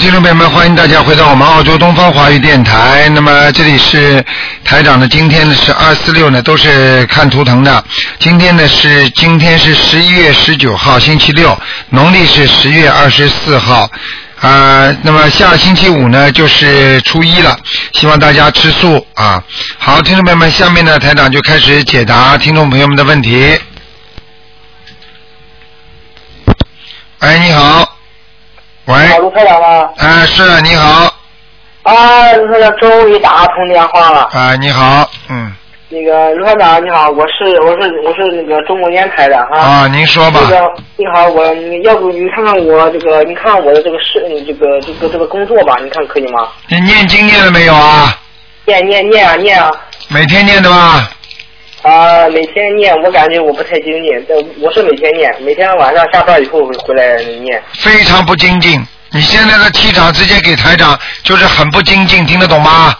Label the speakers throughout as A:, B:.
A: 听众朋友们，欢迎大家回到我们澳洲东方华语电台。那么这里是台长的，今天是二四六呢，都是看图腾的。今天呢是今天是十一月十九号，星期六，农历是十月二十四号。啊，那么下星期五呢就是初一了，希望大家吃素啊。好，听众朋友们，下面呢台长就开始解答听众朋友们的问题。哎，你好，喂
B: 啊，，卢科长吗？
A: 啊，是你好，
B: 啊，卢科长终于打通电话了。
A: 啊，你好，嗯，
B: 那个卢科长你好，我是我是我是那个中国烟台的哈。
A: 啊，您说吧
B: 那，个你好，我你要不你看看我这个，你看我的这个事，嗯这个这个这个工作吧，你看可以吗？
A: 你念经念了没有啊？
B: 念念念啊念啊！
A: 每天念的吧？
B: 啊，每天念，我感觉我不太精进，但呃我是每天念，每天晚上下班以后回来念。
A: 非常不精进。你现在的气场直接给台长，就是很不精进，听得懂吗？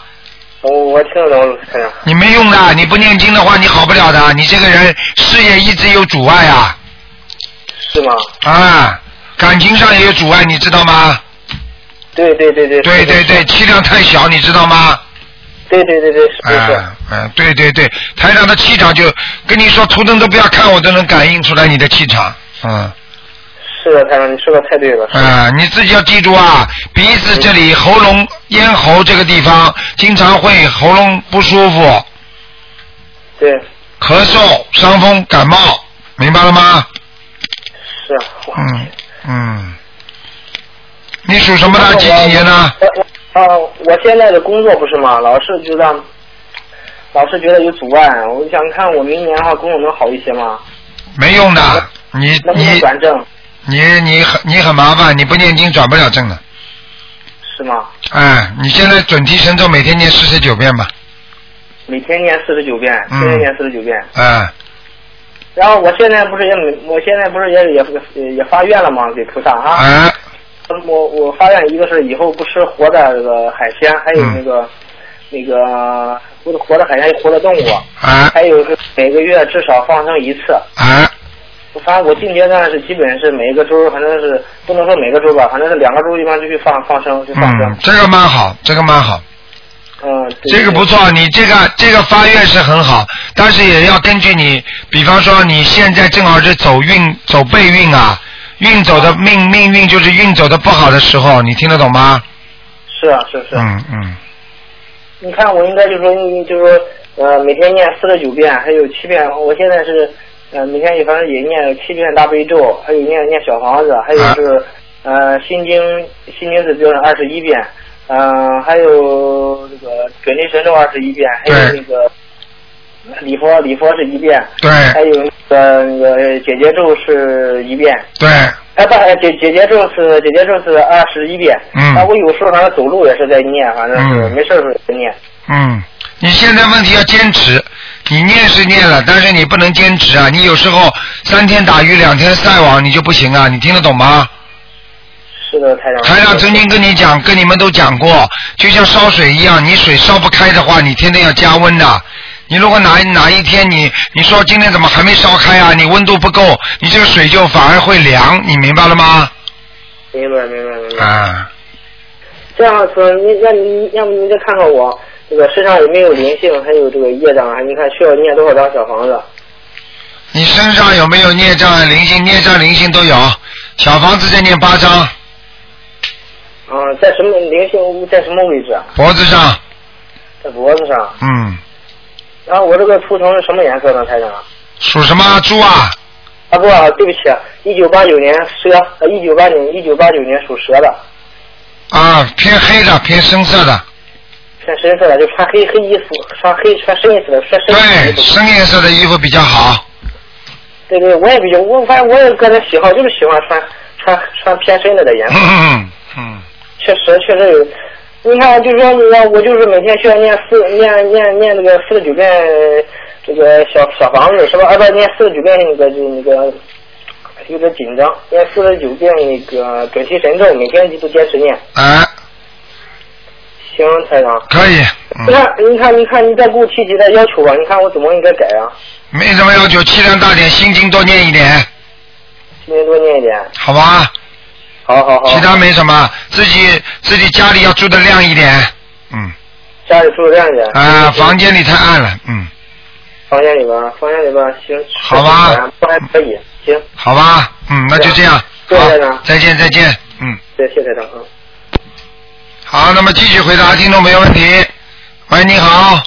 B: 我哦我听得懂，卢科长。
A: 你没用的，你不念经的话，你好不了的。你这个人事业一直有阻碍啊，
B: 是吗？
A: 啊，感情上也有阻碍，你知道吗？
B: 对对对对。
A: 对对对，气量太小，你知道吗？
B: 对对对对，是不
A: 哎、
B: 是？
A: 哎、对对对，台长的气场就跟你说，图腾都不要看，我都能感应出来你的气场。嗯，
B: 是的，台长，你说的太对了。
A: 啊、你自己要记住啊，鼻子这里、喉咙、咽喉这个地方经常会喉咙不舒服、
B: 对，
A: 咳嗽、伤风、感冒，明白了吗？
B: 是。啊我
A: 嗯嗯，你属什么的？几几年的？
B: 我我啊，我现在的工作不是嘛，老是觉得，老是觉得有阻碍。我想看我明年的话，工作能好一些吗？
A: 没用的，你
B: 能不能
A: 你
B: 转正？
A: 你你很你很麻烦，你不念经转不了正的。
B: 是吗？
A: 哎，你现在准提神咒每天念四十九遍吧。
B: 每天念四十九遍，
A: 嗯
B: 天天念四十九遍。
A: 哎，
B: 然后我现在不是也没，我现在不是也也也也发愿了吗？给菩萨啊，
A: 哎，
B: 我我发愿一个是以后不吃活的这个海鲜，还有
A: 嗯
B: 那个、那个不是活的海鲜，还有活的动物，
A: 哎，
B: 还有是每个月至少放生一次。
A: 哎，
B: 反正我近阶段是基本是每个周，反正是不能说每个周吧，反正是两个周一般就去放放生，去放生
A: 嗯。，这个蛮好，这个蛮好，
B: 嗯，对
A: 这个不。错。你这个这个发愿是很好，但是也要根据你，比方说你现在正好是走运走背运啊，运走的命命运就是运走的不好的时候，你听得懂吗？
B: 是啊，是是。
A: 嗯嗯，
B: 你看，我应该就是说，你就是说，呃，每天念四十九遍，还有七遍。我现在是，呃，每天也反正也念七遍大悲咒，还有念念小房子，还有就是，呃，心经心经是标准二十一遍，嗯、还有这个准提神咒二十一遍，还有
A: 对
B: 那个礼佛礼佛是一遍。还
A: 对
B: 有那个那个姐姐咒是一遍，
A: 对，
B: 哎不，哎姐姐姐咒是姐姐咒是二十一遍。
A: 嗯
B: 啊，我有时候反正走路也是在念，反正是
A: 嗯
B: 没事儿的时候也在念。
A: 嗯，你现在问题要坚持，你念是念了，但是你不能坚持啊，你有时候三天打鱼两天晒网你就不行啊，你听得懂吗？
B: 是的，台长。
A: 台长曾经跟你讲，跟你们都讲过，就像烧水一样，你水烧不开的话，你天天要加温的。你如果哪哪一天你你说今天怎么还没烧开啊？你温度不够，你这个水就反而会凉，你明白了吗？
B: 明白明白明白。
A: 啊，
B: 这样子，你那你要不您再看看我这个身上有没有灵性，还有这个业障，还啊你看需要念多少张小房子？
A: 你身上有没有孽障、灵性？孽障、灵性都有。小房子再念八张，
B: 啊、在什么灵性在什么位置啊？
A: 脖子上，
B: 在脖子上。
A: 嗯，
B: 然后我这个图腾是什么颜色呢，台长？
A: 属什么猪啊？
B: 啊不啊，对不起，一九八九年蛇，呃一九八九一九八九年属蛇的，
A: 啊，偏黑的，偏深色的，
B: 穿深色的就穿黑黑衣服，穿黑穿深色的，穿深色
A: 对，
B: 的衣服。
A: 深颜色的衣服比较好。
B: 对对，我也比较，我反正我也个人喜好就是喜欢穿穿穿偏深的的颜
A: 嗯
B: 色，
A: 嗯嗯，
B: 确实确实有。你看，就是说，我我就是每天需要念四念念念那个四十九遍呃这个小小房子是吧？啊不，念四十九遍那个就那个有点紧张，念四十九遍那个准提神咒，每天都坚持念。
A: 哎、
B: 行，台长。
A: 可以。嗯
B: 你。看，你看，你看，你再给我提几个要求吧，你看我怎么应该改啊？
A: 没什么要求，气量大点，心经多念一点，
B: 今天多念一点，
A: 好吧？
B: 好好好。
A: 其他没什么，自己自己家里要住的亮一点，嗯。
B: 家里住的亮一点。
A: 啊、房间里太暗了，嗯，
B: 房间里边儿，房间里边儿行。
A: 好吧。
B: 不还可以，行，
A: 好吧，嗯，那就这样，
B: 对啊
A: 好
B: 台长，
A: 再见再见，嗯，
B: 谢谢台长啊。
A: 好，那么继续回答听众朋友问题。喂，你好，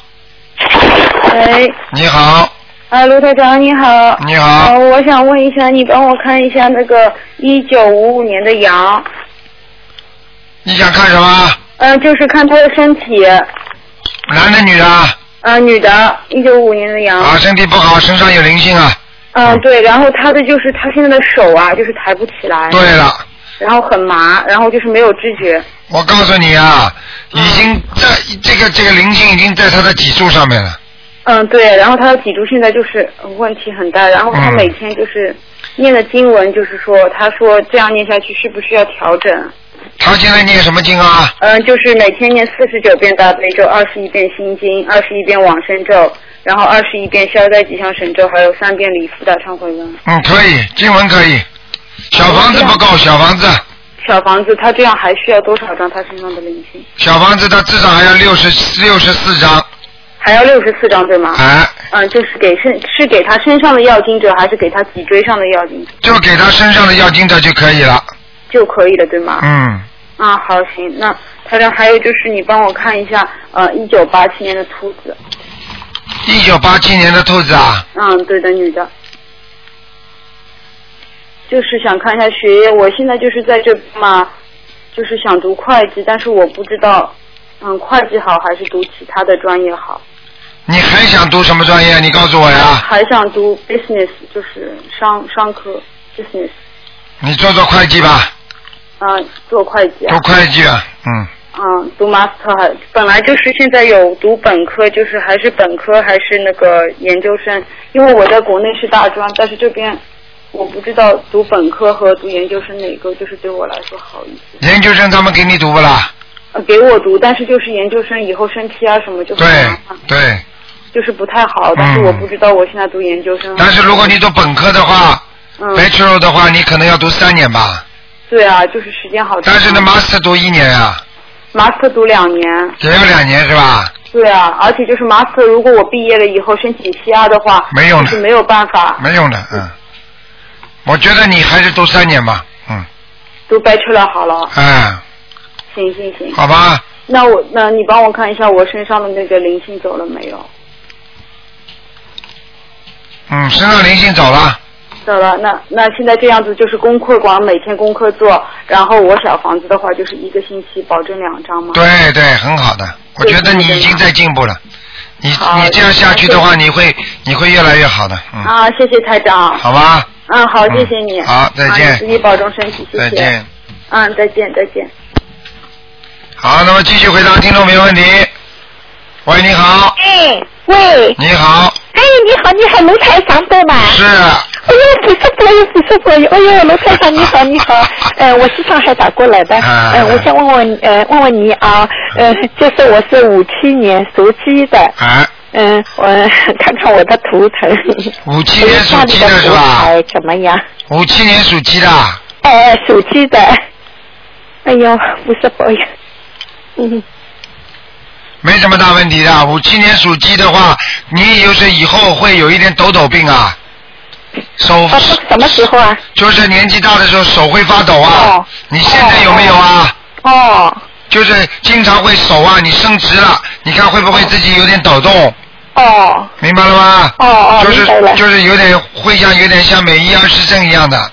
C: 喂，
A: 你好，
C: 啊，卢台长你好。
A: 你好
C: 呃我想问一下，你帮我看一下那个一九五五年的羊，
A: 你想看什么？
C: 嗯、就是看他的身体，
A: 男的女的啊？
C: 啊，女的，一九五五年的羊，
A: 啊，身体不好，身上有灵性啊。
C: 嗯、对，然后他的就是他现在的手啊，就是抬不起
B: 嗯
C: 来，
A: 对了，
C: 然后很麻，然后就是没有知觉，
A: 我告诉你啊，
B: 嗯
A: 已经在这个这个灵性已经在他的脊柱上面了。
C: 嗯，对，然后他的脊柱现在就是问题很大，然后他
A: 嗯
C: 每天就是念的经文，就是说，他说这样念下去需不需要调整？
A: 他现在念什么经啊？
C: 嗯，就是每天念四十九遍大悲咒，二十一遍心经，二十一遍往生咒，然后二十一遍消灾吉祥神咒，还有三遍礼佛大忏悔文。
A: 嗯，可以，经文可以。小房子不够，小房子，
C: 小房子，他这样还需要多少张他身上的灵性？
A: 小房子他至少还要六十六十四张。
C: 还要六十四张对吗？
A: 哎，
C: 嗯，就是给身是给他身上的要经者，还是给他脊椎上的要经者
A: 就给他身上的要经者就可以了。
C: 就可以了对吗？
A: 嗯，
C: 啊，好行，那台长还有就是你帮我看一下，呃，一九八七年的兔子，
A: 一九八七年的兔子啊，
C: 嗯，对的，女的。就是想看一下学业，我现在就是在这边嘛，就是想读会计，但是我不知道，嗯，会计好还是读其他的专业好？
A: 你还想读什么专业？你告诉我呀。
C: 还想读 business，就是商商科 business，
A: 你做做会计吧，
C: 啊、做会计
A: 读
C: 啊，
A: 会计啊，嗯。
C: 嗯，读 master 还本来就是现在有读本科，就是还是本科还是那个研究生，因为我在国内是大专，但是这边我不知道读本科和读研究生哪个就是对我来说好一些。
A: 研究生他们给你读不啦？
C: 呃，给我读，但是就是研究生以后升期啊什么就很
A: 对
C: 麻烦，
A: 对，
C: 就是不太好。但是我不知道我现在读研究生。
A: 但是如果你读本科的话
C: 嗯，
A: ，bachelor 的话，你可能要读三年吧。
C: 对啊，就是时间好长。
A: 但是呢，master 读一年啊，
C: ，master 读两年，
A: 也要两年是吧？
C: 对啊，而且就是 master 如果我毕业了以后申请 PR 的话，
A: 没用的
C: 就是没有办法
A: 没用的，嗯。我觉得你还是读三年吧，嗯，
C: 读 bachelor 好了。
A: 哎，
C: 行行行，
A: 好吧，
C: 那我那你帮我看一下我身上的那个灵性走了没有？
A: 嗯，身上灵性走了，
C: 走了，那那现在这样子就是功课光每天功课做，然后我小房子的话就是一个星期保证两张嘛。
A: 对对，很好的，我觉得你已经在进步了，你
C: 好
A: 你这样下去的话，你会你会越来越好的，嗯，
C: 啊，谢谢台长。
A: 好吧，
C: 嗯，好，
A: 嗯
C: 谢谢你。
A: 好再见
C: 啊你自己保重身体，谢谢。
A: 再见。。
C: 嗯，再见，再见。
A: 好，那么继续回答听众朋友问题。喂，你好，
D: 哎，喂，
A: 你好，
D: 哎，你好，你好，卢台长对吗？
A: 是，
D: 哎呦，几十左右，几十左右。哎呦，卢台长你好，你 好。呃，我是上海打过来的。
A: 啊
D: 呃，我想问问，呃，问问你啊，呃，就是我是五七年属鸡的，
A: 哎，
D: 嗯、我看看我的图腾。
A: 五七年属
D: 家
A: 鸡
D: 里
A: 的
D: 的
A: 是
D: 图
A: 吧？
D: 腾怎么样？
A: 五七年属鸡的，
D: 哎，属鸡的。哎呦，不是不好意思。嗯，
A: 没什么大问题的。五七年属鸡的话，你就是以后会有一点抖抖病啊，手
D: 啊，是什么时候啊？
A: 就是年纪大的时候手会发抖啊。
D: 哦
A: 你现在有没有啊？
D: 哦
A: 就是经常会手啊，你伸直了，你看会不会自己有点抖动？
D: 哦
A: 明白了吗？
D: 哦哦，
A: 就是
D: 明白了。
A: 就是有点会像有点像美伊尔氏症一样的，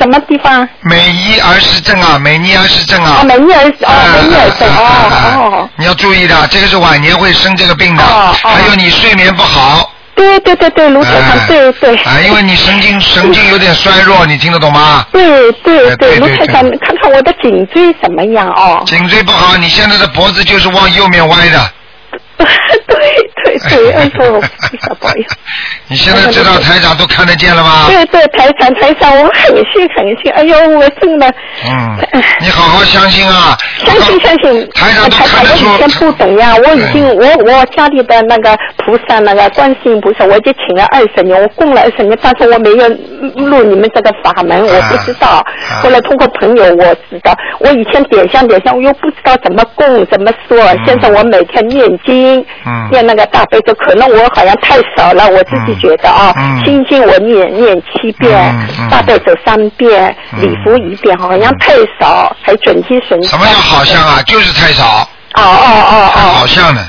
D: 什么地方？
A: 美伊尔氏症啊，美尼尔氏症啊
D: 啊，。梅尼尔哦，梅尼尔症哦哦，
A: 你要注意的，这个是晚年会生这个病的，
D: 哦哦
A: 还有你睡眠不好，
D: 对对对对，卢台
A: 哎
D: 长，对对。
A: 啊，因为你神经神经有点衰弱，你听得懂吗？
D: 对
A: 哎
D: 对
A: 对
D: 对，卢
A: 对
D: 台
A: 对
D: 长，看看我的颈椎怎么样哦？
A: 颈椎不好，你现在的脖子就是往右面歪的。
D: 对对对，哎呦，不好不好意思。
A: 你现在知道台长都看得见了吗？
D: 对对，台长台长，我很幸很幸，哎呦，我真的。
A: 嗯，你好好相信啊！
D: 相信相信，
A: 台长都
D: 台长，
A: 看得
D: 我
A: 出
D: 以前不懂呀，我已经我我家里的那个菩菩萨那个观世音菩萨，我已经请了二十年，我供了二十年，但是我没有入你们这个法门，我不知道。后来通过朋友我知道，我以前点香点香，我又不知道怎么供怎么说。现在我每天念经，
A: 嗯
D: 念那个大悲咒，可能我好像太少了，我自己觉得啊。
A: 嗯
D: 心经我念念七遍，
A: 嗯嗯
D: 大悲咒三遍，
A: 嗯
D: 礼佛一遍，好像太少，还准提神。
A: 什么叫好像啊？就是太少，
D: 哦嗯哦
A: 太好
D: 哦
A: 像了。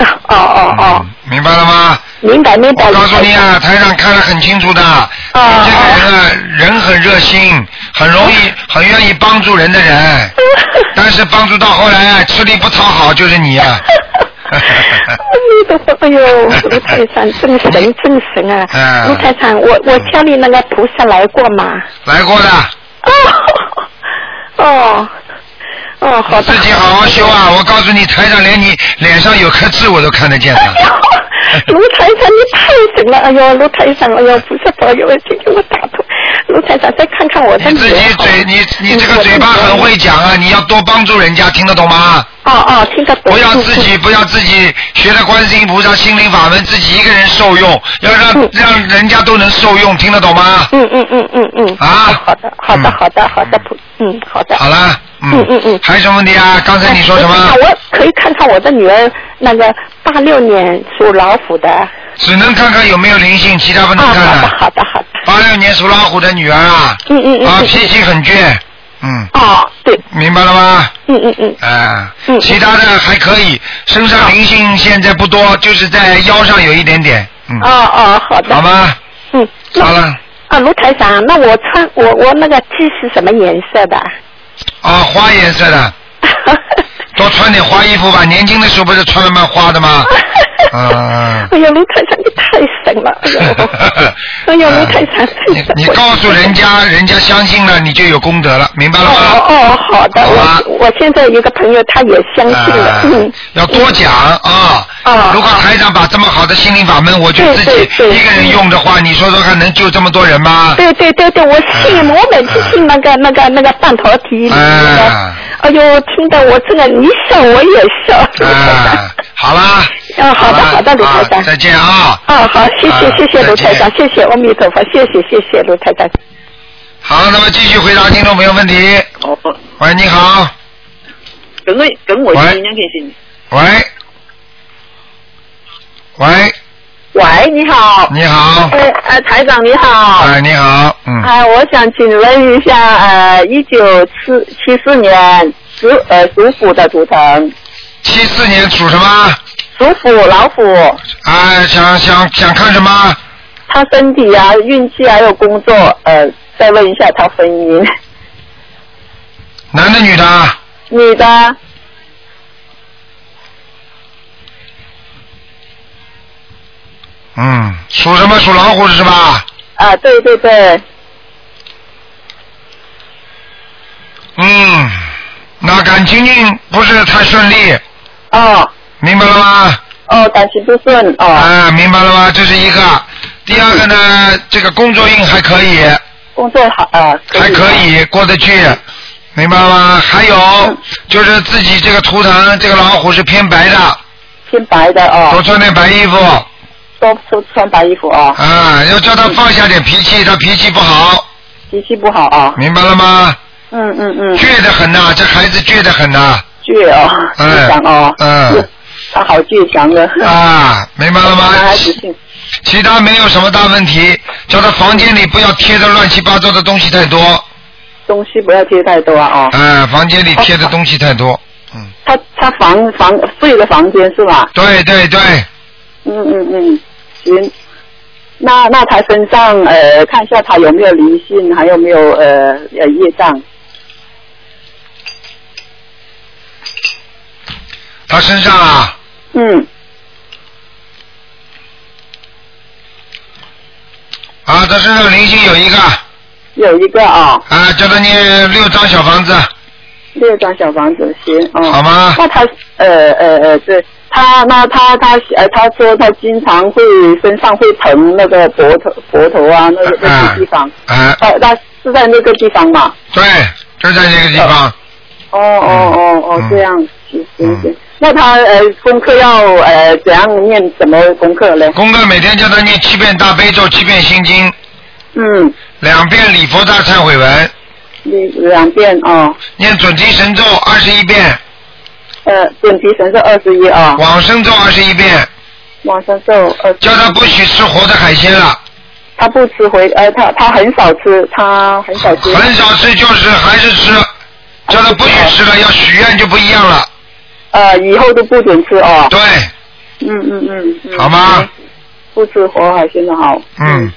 A: 哦
D: 哦哦哦 哦，
A: 明白了吗？
D: 明白明白。
A: 我告诉你啊，台上看得很清楚的。
D: 哦
A: 你这
D: 哦
A: 个人啊，人很热心，很容易，很愿意帮助人的 人，但是帮助到后来啊吃力不讨好，就是 你啊。
D: 你的佛，哎 呦，卢太长真神真神啊！
A: 嗯
D: 卢太长，我我家里那个菩萨来过吗？
A: 来过的，
D: 哦哦哦，好的。
A: 自己好好修啊！我告诉你，台上连你脸上有颗痣我都看得见
D: 哎
A: 的。
D: 呦，卢台长，你太神了！哎呦，卢台长，哎呦，菩萨保佑！今天我打通，卢台长，再看看我的
A: 你自
D: 女儿
A: 己
D: 好
A: 嘴，你你这个
D: 我的
A: 嘴巴
D: 女儿
A: 很会讲啊！你要多帮助人家，听得懂吗？
D: 哦哦，听得懂。
A: 不要自己，不要自己学的观世音菩萨心灵法门，自己一个人受用，要让
D: 嗯
A: 让人家都能受用，听得懂吗？
D: 嗯。嗯嗯嗯嗯嗯。
A: 啊
D: 好的，好的，好的，好的，
A: 嗯
D: 菩，嗯，好的。
A: 好了，
D: 嗯嗯嗯
A: 还有什么问题啊？刚才你说什么
D: 哎？我可以看看我的女儿，那个八六年属老虎的。啊，
A: 只能看看有没有灵性，其他不
D: 好
A: 能看
D: 的，
A: 的。
D: 啊好的，好的。
A: 八六年属老虎的女儿啊，
D: 嗯嗯嗯
A: 啊，
D: 嗯
A: 脾气很倔，嗯，
D: 哦，对，
A: 明白了吗？
D: 嗯嗯嗯，
A: 啊
D: 嗯，
A: 其他的还可以，身上灵性现在不多，就是在腰上有一点点，嗯，
D: 哦哦，好的。
A: 好？吗？
D: 嗯，那
A: 好。了，
D: 啊，卢台长，那我穿我我那个 T 是什么颜色的？
A: 啊，花颜 色的，多穿点花衣服吧。年轻的时候不是穿的蛮花 的吗？嗯
D: 哎呀，卢台长，你太神了！哎呦， 哎呀，卢台长，太
A: 你
D: 神了！
A: 你告诉人家，人家相信了，你就有功德了，明白
D: 哦
A: 了吗？
D: 哦，好的，
A: 好吧
D: 我我现在有个朋友，他也相信了
A: 啊，
D: 嗯，，
A: 要多讲啊！
D: 哦
A: 如果台长把这么好的心灵法门，我就
D: 对
A: 自
D: 对
A: 己
D: 对
A: 一个人用的话，你说说看，能救这么多人吗？
D: 对对对对，我信，
A: 嗯
D: 我每次信那个那个那个半导体，那个
A: 啊
D: 哎呦，听得我这个你笑我也笑。
A: 啊，好啦。
D: 嗯好的
A: 啦
D: 好的卢台长
A: 啊再见啊！
D: 哦，好，谢
A: 啊
D: 谢谢谢卢台长
A: 再，
D: 谢谢阿弥陀佛，谢谢谢谢卢台长。
A: 好，那么继续回答听众朋友问题。
E: 哦，
A: 喂，你好，
E: 梗我梗我
A: 喂
E: 今年可以信。
A: 喂，喂，
E: 喂，你好。
A: 你好，
E: 哎，呃，台长你好。
A: 哎，你好，嗯，
E: 哎，我想请问一下，呃，一九七七四年属呃属虎的图腾，
A: 七四年属什么？
E: 属虎老虎，
A: 哎，想想想看什么？
E: 他身体啊、运气还有工作，呃，再问一下他婚姻，
A: 男的女的？
E: 女的
A: 嗯，属什么？属老虎是吧？
E: 啊，对对对，
A: 嗯，那感情运不是太顺利，
E: 哦
A: 明白了吗？
E: 哦，感情不顺哦，
A: 啊，明白了吗？这是一个。第二个呢，这个工作运还可以，
E: 工作好啊，
A: 还可以过得去，明白了吗？还有
E: 嗯
A: 就是自己这个图腾，这个老虎是偏白的，
E: 偏白的
A: 多
E: 哦，
A: 穿点白衣服
E: 多多穿白衣服啊、
A: 啊，要叫他放下点脾气，他脾气不好，
E: 脾气不好啊、
A: 明白了吗？
E: 嗯嗯嗯，
A: 倔得很呐、这孩子倔得很呐、
E: 倔哦，
A: 嗯
E: 倔强哦，
A: 嗯，
E: 他好倔强的，
A: 啊，明白了吗？
E: 男孩子性
A: 其他没有什么大问题，叫他房间里不要贴的乱七八糟的东西太多，
E: 东西不要贴太多啊、哦。
A: 哎、房间里贴的东西太多，嗯，
E: 他他房房睡的房间是吧？
A: 对对对，
E: 嗯嗯嗯，行。那那他身上呃，看一下他有没有灵性，还有没有呃呃业障？
A: 他身上啊，
E: 嗯，
A: 啊，他身上灵性有一个，
E: 有一个啊、
A: 啊，叫他念六张小房子，
E: 六张小房子，行哦。
A: 好吗
E: 那他呃呃呃，对他那他他呃他说他经常会身上会疼那个脖头脖头啊那个那
A: 啊
E: 个地方，，
A: 啊，
E: 呃那是在那个地方嘛？
A: 对，就在这个地方，
E: 哦哦哦哦
A: 嗯，
E: 这样行行行。
D: 那他呃功课要呃怎样念什么功课 嘞？
A: 功课每天叫他念七遍大悲咒，七遍心经，
D: 嗯，
A: 两遍礼佛大忏悔文，
D: 两两遍哦，
A: 念准提神咒二十一遍，
D: 呃，准提神咒二十一啊，
A: 往生咒二十一遍，
D: 往生咒
E: 呃
D: 二十。
A: 叫他不许吃活的海鲜了，
D: 他不吃回呃他他很少吃，他很少吃。
A: 很少吃就是还是吃，叫他不许吃了，要许愿就不一样了。
D: 呃，以后都不准吃哦。
A: 对，
D: 嗯嗯嗯嗯。
A: 好吗？
D: 不吃活海鲜的好。
A: 嗯，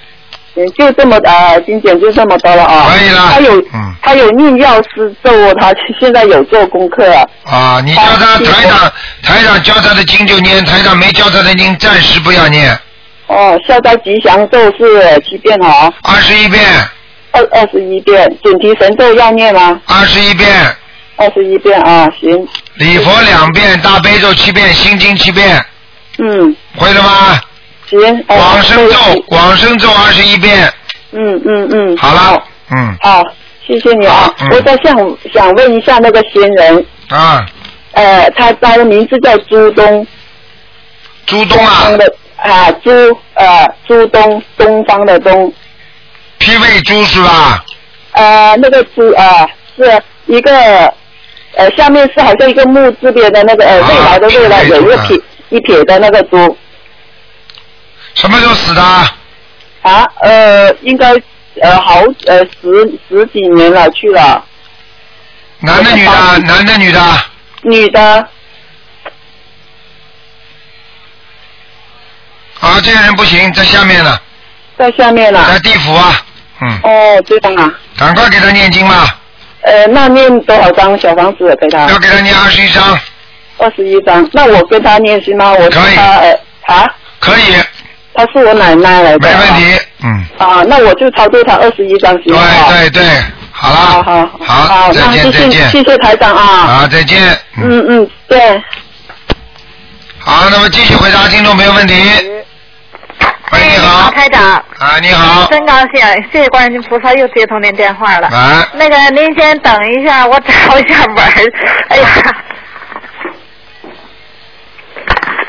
D: 嗯，就这么啊，精简就这么多了啊。
A: 可以了
D: 他有
A: 嗯，
D: 他有念药师咒哦，他现在有做功课啊。
A: 啊，你叫他台长，台长教他的经就念，台长没教他的经暂时不要念，
D: 哦，消灾吉祥咒是七遍哦，
A: 二十一遍，
D: 二二十一遍，准提神咒要念吗？
A: 二十一遍，
D: 啊二十一遍啊，行，
A: 礼佛两遍，大悲咒七遍，心经七遍，
D: 嗯，
A: 会了吗？
D: 行。呃
A: 往生咒
D: 对，
A: 往生咒二十一遍，
D: 嗯嗯嗯。
A: 好了，嗯
D: 好，谢谢你啊
A: 好！嗯
D: 我再想想问一下那个仙人，
A: 啊，
D: 呃，他他的名字叫朱东，
A: 朱东啊，
D: 东的啊朱呃朱东东方的东，
A: 脾胃猪是吧？
D: 呃那个朱啊、是一个呃下面是好像一个木字边的那个呃
A: 啊
D: 未来的未来
A: 匹配
D: 有一个
A: 啊
D: 撇一撇的那个朱
A: 什么时候死的啊？
D: 啊呃应该呃好呃十十几年了去了，
A: 男的女的？男的女的？
D: 女的
A: 啊，这个人不行，在下面呢，
D: 在下面了
A: 在地府啊。嗯，
D: 哦这样啊。
A: 赶快给他念经吧，
D: 呃，那念多少张小房子给他？
A: 要给他念二十一章，
D: 二十一张。那我跟他念行吗？我是
A: 可以
D: 他呃啊，
A: 可以，
D: 他是我奶奶来的。
A: 没问。题。嗯，
D: 啊，那我就操作他二十一张行
A: 对
D: 吗？
A: 对对，好
D: 好
A: 啦
D: 好，
A: 好，再
D: 那
A: 见
D: 谢
A: 再
D: 谢谢
A: 见，
D: 谢台长啊。
A: 好再见。嗯，
D: 嗯嗯，对。
A: 好，那么继续回答听众朋友问题。喂，你
F: 哎
A: 好，
F: 台长，
A: 啊，你好，
F: 真高兴，啊谢谢观世音菩萨又接通您电话了。
A: 晚
F: 那个您先等一下，我找一下本儿。哎
A: 啊
F: 呀，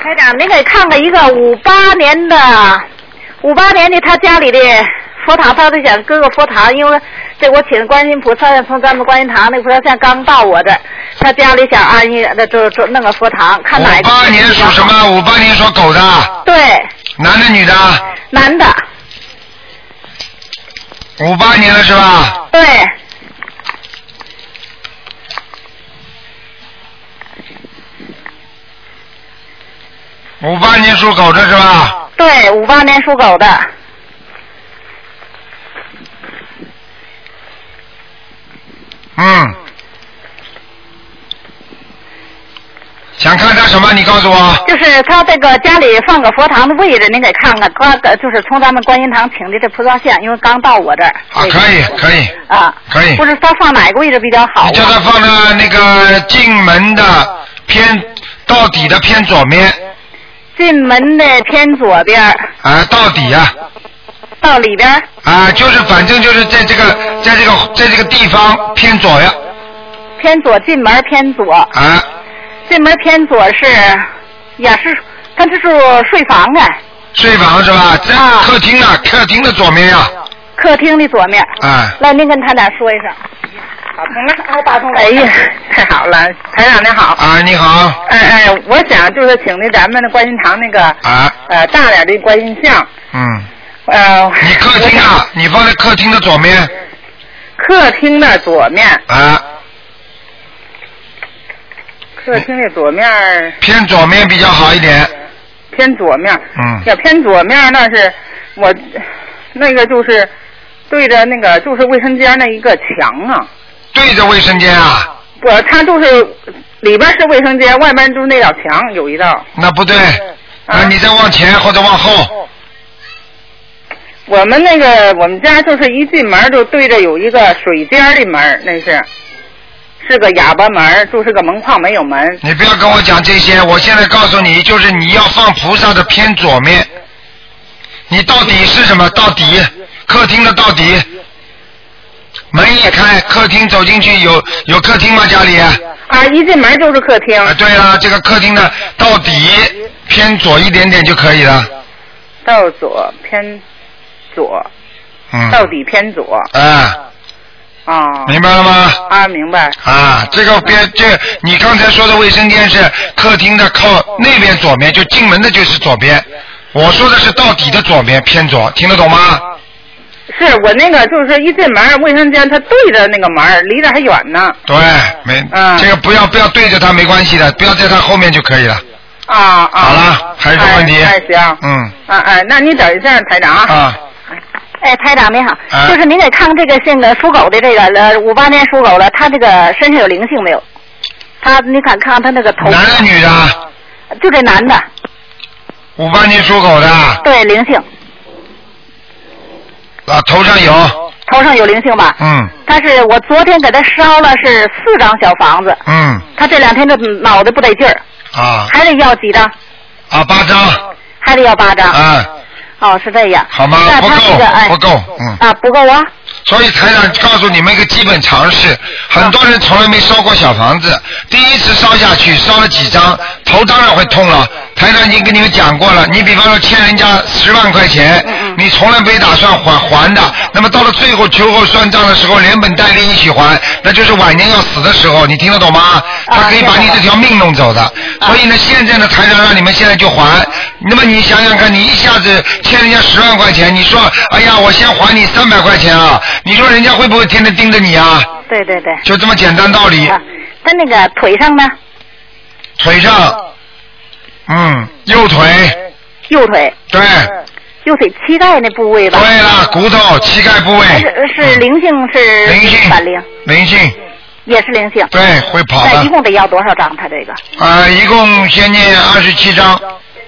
F: 台长，您给看看一个五八年的，五八年的他家里的佛堂，他就想搁个佛堂，因为这我请观音菩萨从咱们观音堂那个菩萨像刚到我这儿，他家里想安一那就就弄个佛堂，看哪
A: 安。
F: 一
A: 五
F: 个
A: 八年属什么？五八年属狗的，
F: 对，
A: 男的女的？
F: 男的，
A: 五八年了是吧？
F: 对，
A: 五八年属狗的是吧？
F: 对，五八年属狗的。
A: 嗯。想看他什么？你告诉我。
F: 就是他这个家里放个佛堂的位置，您给看看。他的就是从咱们观音堂请的这菩萨像，因为刚到我这儿。
A: 啊，可以，可以，
F: 啊，
A: 可以
F: 不。知他放哪个位置比较好啊
A: 你？叫他放在那个进门的偏到底的偏左面，
F: 进门的偏左边儿，
A: 啊，到底啊，
F: 到里边儿
A: 啊，就是反正就是在这个在这个在这个地方偏左呀，
F: 偏左，进门偏左，
A: 啊，
F: 进门偏左是也是，他这是睡房的，
A: 睡房是吧？在
F: 啊
A: 客厅啊，客厅的左面呀、
F: 客厅的左面。
A: 啊，哎，
F: 来，您跟他俩说一声。打通了，还打通 了。哎呀，太好了，台长您好。
A: 啊，你好，
F: 哎哎，我想就是请那咱们的观音堂那个
A: 啊，
F: 呃大点的观音像，
A: 嗯，
F: 呃，
A: 你客厅啊，你放在客厅的左面，
F: 客厅的左面，
A: 啊，
F: 客厅的左面儿
A: 嗯偏左面比较好一点，
F: 偏左面，
A: 嗯，
F: 要偏左面那是我那个就是对着那个就是卫生间那一个墙啊，
A: 对着卫生间啊，
F: 不，它就是里边是卫生间，外边就是那道墙有一道，
A: 那不对，
F: 嗯
A: 啊，你再往前或者往后，
F: 我们那个我们家就是一进门就对着有一个水间儿的门儿，那是是个哑巴门儿，就是个门框没有门。
A: 你不要跟我讲这些，我现在告诉你，就是你要放菩萨的偏左面，你到底是什么？到底，客厅的到底，门一开，客厅走进去有有客厅吗？家里？
F: 啊，一进门就是客厅。
A: 啊，对了，这个客厅的到底偏左一点点就可以了。
F: 到左偏左，
A: 嗯。
F: 到底偏左。
A: 啊。
F: 啊。
A: 明白了吗？
F: 啊，明白。
A: 啊，这个边这你刚才说的卫生间是客厅的靠那边左边，就进门的就是左边。我说的是到底的左边偏左，听得懂吗？
F: 是我那个就是说一进门卫生间，它对着那个门儿，离得还远呢。
A: 对，没、这个不要不要对着它没关系的，不要在它后面就可以了。
F: 啊啊。
A: 好了，还有什么问题？
F: 哎哎行
A: 嗯，
F: 啊哎，那你等一下，台长啊。
A: 啊，
F: 哎，台长您好，
A: 哎
F: 就是您给看这个这个属狗的这个了，五八年属狗了，他这个身上有灵性没有？他你敢看看他那个头？
A: 男的女啊的？
F: 就这男的，
A: 五八年属狗的啊，
F: 对灵性，
A: 头上有，
F: 头上有灵性吧？
A: 嗯
F: 但是我昨天给他烧了是四张小房子，
A: 嗯
F: 他这两天这脑袋不得劲儿，
A: 啊
F: 还得要几张？
A: 啊八张，
F: 还得要八张。
A: 啊
F: 哦，是这样。
A: 好吗
F: 那？
A: 不
F: 他这个哎
A: 够不够，嗯。
F: 啊，不够啊。
A: 所以台长告诉你们一个基本常识，很多人从来没烧过小房子，第一次烧下去烧了几张，头当然会痛了。台长已经跟你们讲过了，你比方说欠人家十万块钱，
F: 嗯
A: 你从来没打算还还的，那么到了最后秋后算账的时候，连本带利一起还，那就是晚年要死的时候，你听得懂
F: 啊
A: 吗？他可以把你这条命弄走的。所以呢，现在呢，台长让你们现在就还，那么你想想看，你一下子欠人家十万块钱，你说，哎呀，我先还你三百块钱啊，你说人家会不会天天盯着你啊？
F: 对对对。
A: 就这么简单道理，
F: 啊他那个腿上呢？
A: 腿上，
F: 哦
A: 嗯，右腿，
F: 右腿，嗯
A: 对，
F: 右腿膝盖那部位吧？
A: 对了，骨头、膝盖部
F: 还
A: 位，
F: 是呃是灵性是
A: 嗯灵性
F: 反灵，
A: 灵性，
F: 也是灵性。
A: 对，会跑
F: 哎那一
A: 的。
F: 共得要多少张？他这个
A: 啊，一共先念二十七章，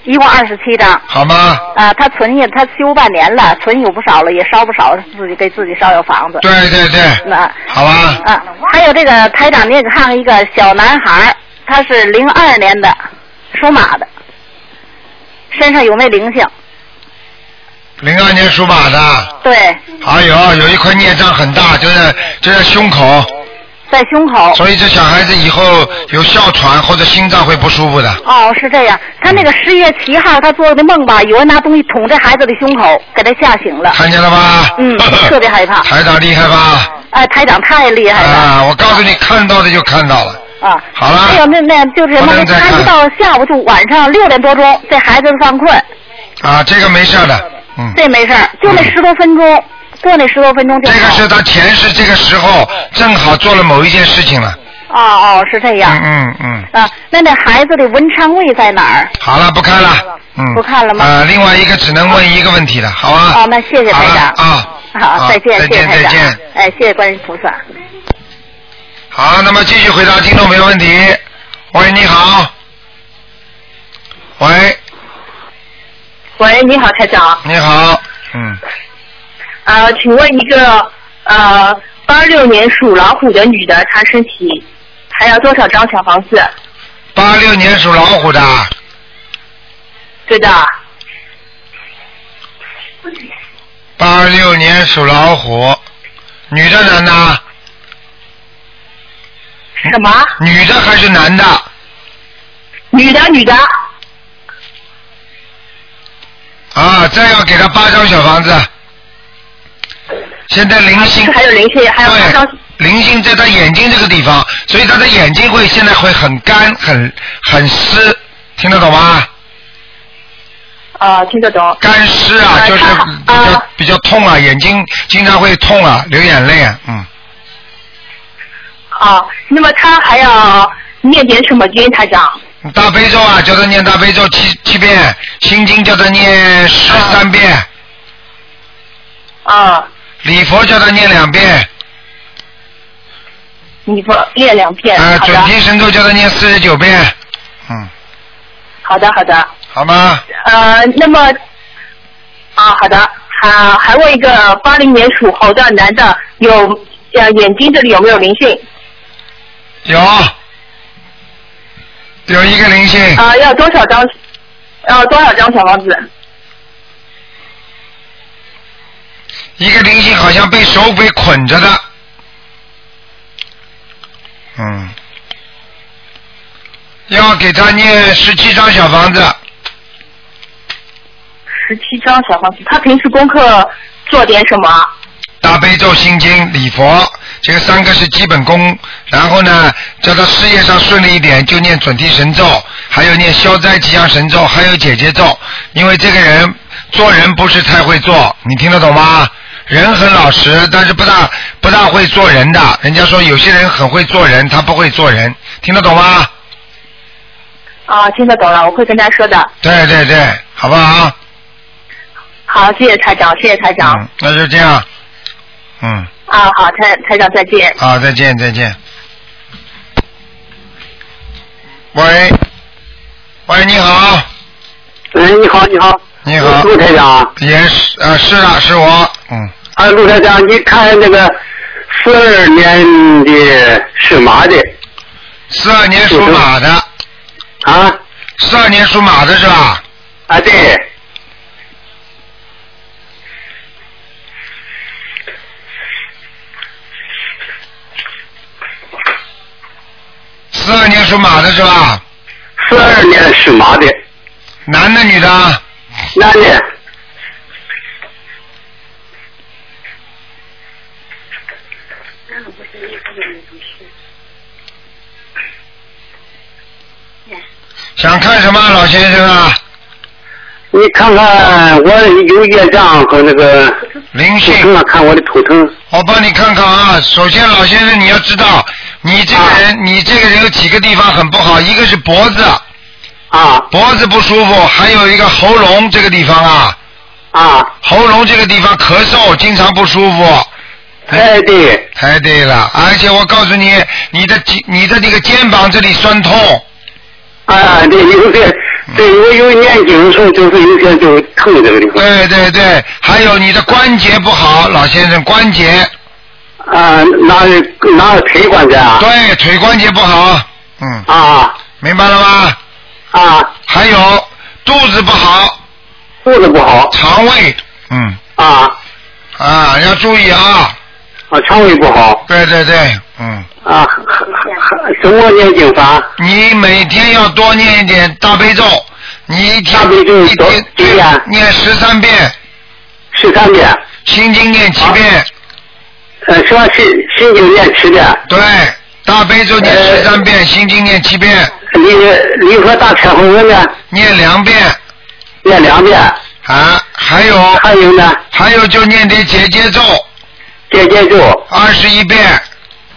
F: 一共二十七张。
A: 好吗？
F: 啊，他存下他修半年了，存有不少了，也烧不少了，自己给自己烧小房子。
A: 对对对，
F: 那
A: 好吧。
F: 啊，还有这个台长，你也看看一个小男孩儿，他是零二年的，属马的，身上有没有灵性？
A: 零二年属马的，
F: 对，
A: 还有有一块孽障很大，就在就在胸口，
F: 在胸口。
A: 所以这小孩子以后有哮喘或者心脏会不舒服的。
F: 哦，是这样。他那个十月七号，他做的梦吧，有人拿东西捅这孩子的胸口，给他吓醒了。
A: 看见了吧？
F: 嗯特别害怕
A: 台长厉害吧？
F: 哎，台长太厉害了
A: 啊，我告诉你，看到的就看到了。
F: 啊！
A: 好了
F: 还有那那就是什
A: 不
F: 么
A: 能，再
F: 他
A: 看
F: 一到下午就晚上六点多钟，这孩子就犯困，
A: 啊，这个没事的，嗯，
F: 这没事儿，就那十多分钟，过那十多分钟就
A: 这
F: 好。
A: 个是他前世这个时候正好做了某一件事情了。
F: 哦哦，是这样。
A: 嗯嗯嗯，
F: 啊，那那孩子的文昌位在哪儿？
A: 好了，不看了，嗯，
F: 不看了吗
A: 啊，另外一个只能问一个问题了，好吧？
F: 哦那谢谢台长
A: 好了啊，
F: 好，再见，
A: 再
F: 谢谢
A: 见，
F: 台
A: 再
F: 长。
A: 见。
F: 哎，谢谢观音菩萨。
A: 好，那么继续回答听众朋友问题。喂，你好。喂，
G: 喂，你好，台长。
A: 你好。嗯，
G: 呃，请问一个呃八六年属老虎的女的，她身体还要多少张小房子？
A: 八六年属老虎的，
G: 对的，
A: 八六年属老虎，女的啊男的？
G: 什么？
A: 女的还是男的？
G: 女的，女的。
A: 啊，再要给他八张小房子。现在灵性
G: 是啊还有灵性，还有八张
A: 对，灵性在他眼睛这个地方，所以他的眼睛会现在会很干、很很湿，听得懂吗？
G: 啊、听得懂。
A: 干湿啊，
G: 呃
A: 就是
G: 他
A: 比较
G: 呃
A: 比较痛啊，眼睛经常会痛啊，流眼泪啊，嗯，
G: 啊、那么她还要念点什么经，台长？
A: 大悲咒啊，叫他念大悲咒七七遍，心经叫他念十三遍，
G: 啊、
A: 礼佛叫他念两遍，
G: 你不念两遍？
A: 呃，
G: 哎好
A: 准
G: 的，
A: 提神咒叫他念四十九遍，嗯，
G: 好的，好的。
A: 好吗？
G: 呃，那么，啊，好的，还、还问一个八零年属猴的男的，有呃眼睛这里有没有灵性？
A: 有，有一个灵性，
G: 啊、要多少张？要多少张小房子？
A: 一个灵性好像被手给捆着的，嗯，要给他念十七张小房子，
G: 十七张小房子，他平时功课做点什么啊？
A: 大悲咒、心经、礼佛，这个三个是基本功。然后呢，叫他事业上顺利一点，就念准提神咒，还有念消灾吉祥神咒，还有解结咒。因为这个人做人不是太会做，你听得懂吗？人很老实，但是不大不大会做人的。人家说有些人很会做人，他不会做人，听得懂吗？
G: 啊，听得懂了，我会跟他说的。
A: 对对对，好不好？
G: 好，谢谢台长，谢谢台长。
A: 嗯，那就这样。嗯，
G: 啊，好，台台长再见。
A: 好，再见，再见。喂，喂，你好，
H: 哎，你好，你好，
A: 啊你好
H: 陆台长，
A: 也是啊，是啊，是我，嗯，
H: 啊，陆台长，你看那个四二年的属马的
A: 四二年属马的，
H: 啊
A: 四二年属马的是吧？
H: 啊，对，
A: 四二年属马的是吧？
H: 四二年属马的
A: 男的女的？
H: 男的，
A: 想看什么，老先生啊？
H: 你看看我有业障啊和那个
A: 灵
H: 图
A: 性，
H: 腾啊，看我的图腾
A: 我帮你看看啊。首先，老先生你要知道，你这个人，你这个人有几个地方很不好，一个是脖子，
H: 啊
A: 脖子不舒服，还有一个喉咙这个地方啊，
H: 啊，
A: 喉咙这个地方咳嗽经常不舒服。
H: 哎对，
A: 太对了，而且我告诉你，你的颈你的这个肩膀这里酸痛，
H: 啊对，有些对我有念经的时候就是有些就疼这个地方，
A: 对对对，还有你的关节不好，老先生关节，
H: 啊，哪哪腿关节啊？
A: 对，腿关节不好，嗯，
H: 啊
A: 明白了吗？
H: 啊，
A: 还有肚子不好，
H: 肚子不好
A: 肠胃，嗯，
H: 啊
A: 啊，要注意啊，
H: 啊，肠胃不好
A: 对对对，嗯，
H: 啊，还还什么念经法？
A: 你每天要多念一点大悲咒，你一天
H: 大悲咒
A: 一
H: 多
A: 天
H: 几遍
A: 念十三遍，
H: 十三遍，
A: 心经念七遍。
H: 呃，说心心经念七遍，呃
A: 对，大悲咒念十三遍，心经念七遍，
H: 离离合大忏悔文呢
A: 念两遍
H: 念两遍，
A: 啊，还有
H: 还有呢
A: 还有就念点解结咒
H: 解结咒
A: 二十一遍，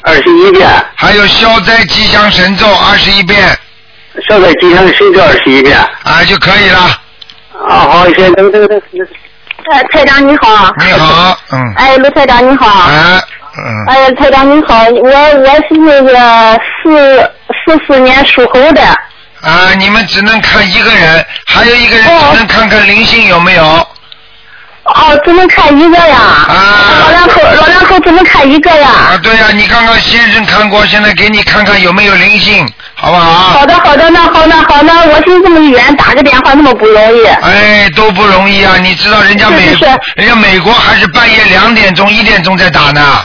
H: 二十一遍，
A: 还有消灾吉祥神咒二十一遍
H: 烧在吉祥神咒二十一遍。
A: 啊就可以了。
H: 啊，好，先等等等等。
G: 呃，台长你好。
A: 你好，嗯，
G: 哎，卢台长你好。
A: 啊，嗯，
G: 哎呀，台长你好，我我是那个四四四年属猴的。
A: 啊，你们只能看一个人，还有一个人只能看看灵性有没有。
G: 哦，只能看一个呀。
A: 啊
G: 老两口，老两口只能看一个呀。
A: 啊，对呀、你刚刚先生看过，现在给你看看有没有灵性，好不好？
G: 好的，好的，那好，那好，那我是这么远打个电话那么不容易。
A: 哎，都不容易啊！你知道人家美，
G: 是是是
A: 人家美国还是半夜两点钟、一点钟在打呢。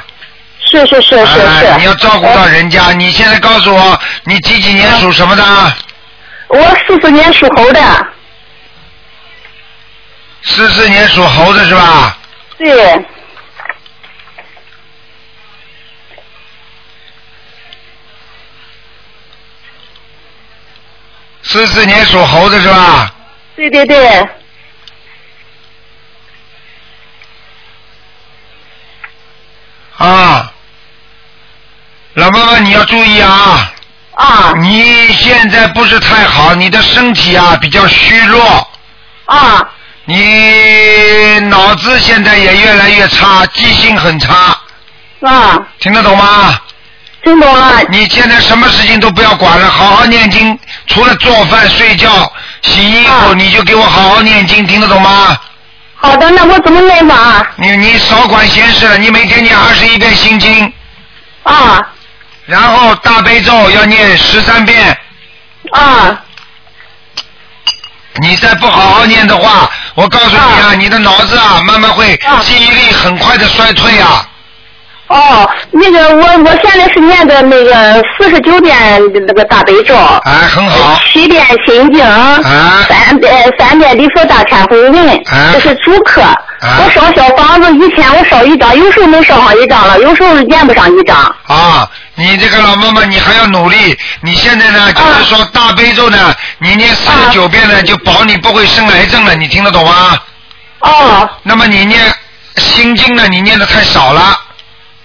G: 是是是是是。
A: 哎你要照顾到人家。你现在告诉我，你几几
G: 嗯
A: 年属什么的？
G: 我四四年属猴的，
A: 四四年属猴子是吧？
G: 对，
A: 四四年属猴子是吧？
G: 对对对，
A: 啊，老妈妈你要注意啊！
G: 啊
A: 你现在不是太好，你的身体啊比较虚弱，
G: 啊，
A: 你脑子现在也越来越差，记性很差，
G: 啊，
A: 听得懂吗？
G: 听懂了，
A: 你现在什么事情都不要管了，好好念经。除了做饭、睡觉、洗衣服，
G: 啊
A: 你就给我好好念经，听得懂吗？
G: 好的，那我怎么念法？
A: 你你少管闲事了，你每天念二十一遍心经，
G: 啊
A: 然后大悲咒要念十三遍。
G: 啊
A: 你再不好好念的话，啊我告诉你啊，你的脑子啊，慢慢会
G: 啊
A: 记忆力很快的衰退啊。
G: 哦
I: 哦，那个我我现在是念的那个四十九遍那个大悲咒，
A: 哎，很好，啊
I: 七遍心经，三遍三遍礼佛大忏悔文，
A: 啊
I: 这是主课。我烧小房子，一天我烧一张，有时候能烧上一张了，有时候念不上一张。
A: 啊，你这个老妈妈，你还要努力。你现在
I: 啊
A: 呢，就是说大悲咒呢，你念四十九遍呢，就保你不会生癌症了。你听得懂吗？
I: 哦。
A: 那么你念心经呢，你念的太少了。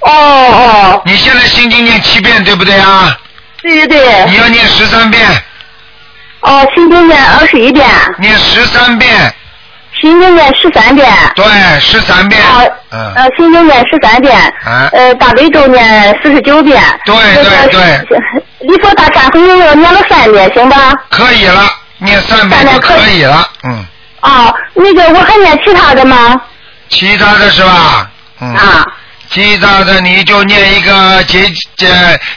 I: 哦哦。
A: 你现在心经念七遍，对不对啊？
I: 对对对。
A: 你要念十三遍。
I: 哦，心经念二十一遍。
A: 念十三遍。
I: 心经念十三遍。
A: 对，十三遍。嗯。
I: 呃，心经念十三遍。
A: 啊。
I: 呃，大悲咒念四十九遍。
A: 对对对。
I: 礼佛大忏悔文念了三遍，行吧？
A: 可以了，念三遍就可以了，嗯。
I: 哦，那个我还念其他的吗？
A: 其他的是吧？嗯。
I: 啊。
A: 其他的你就念一个结结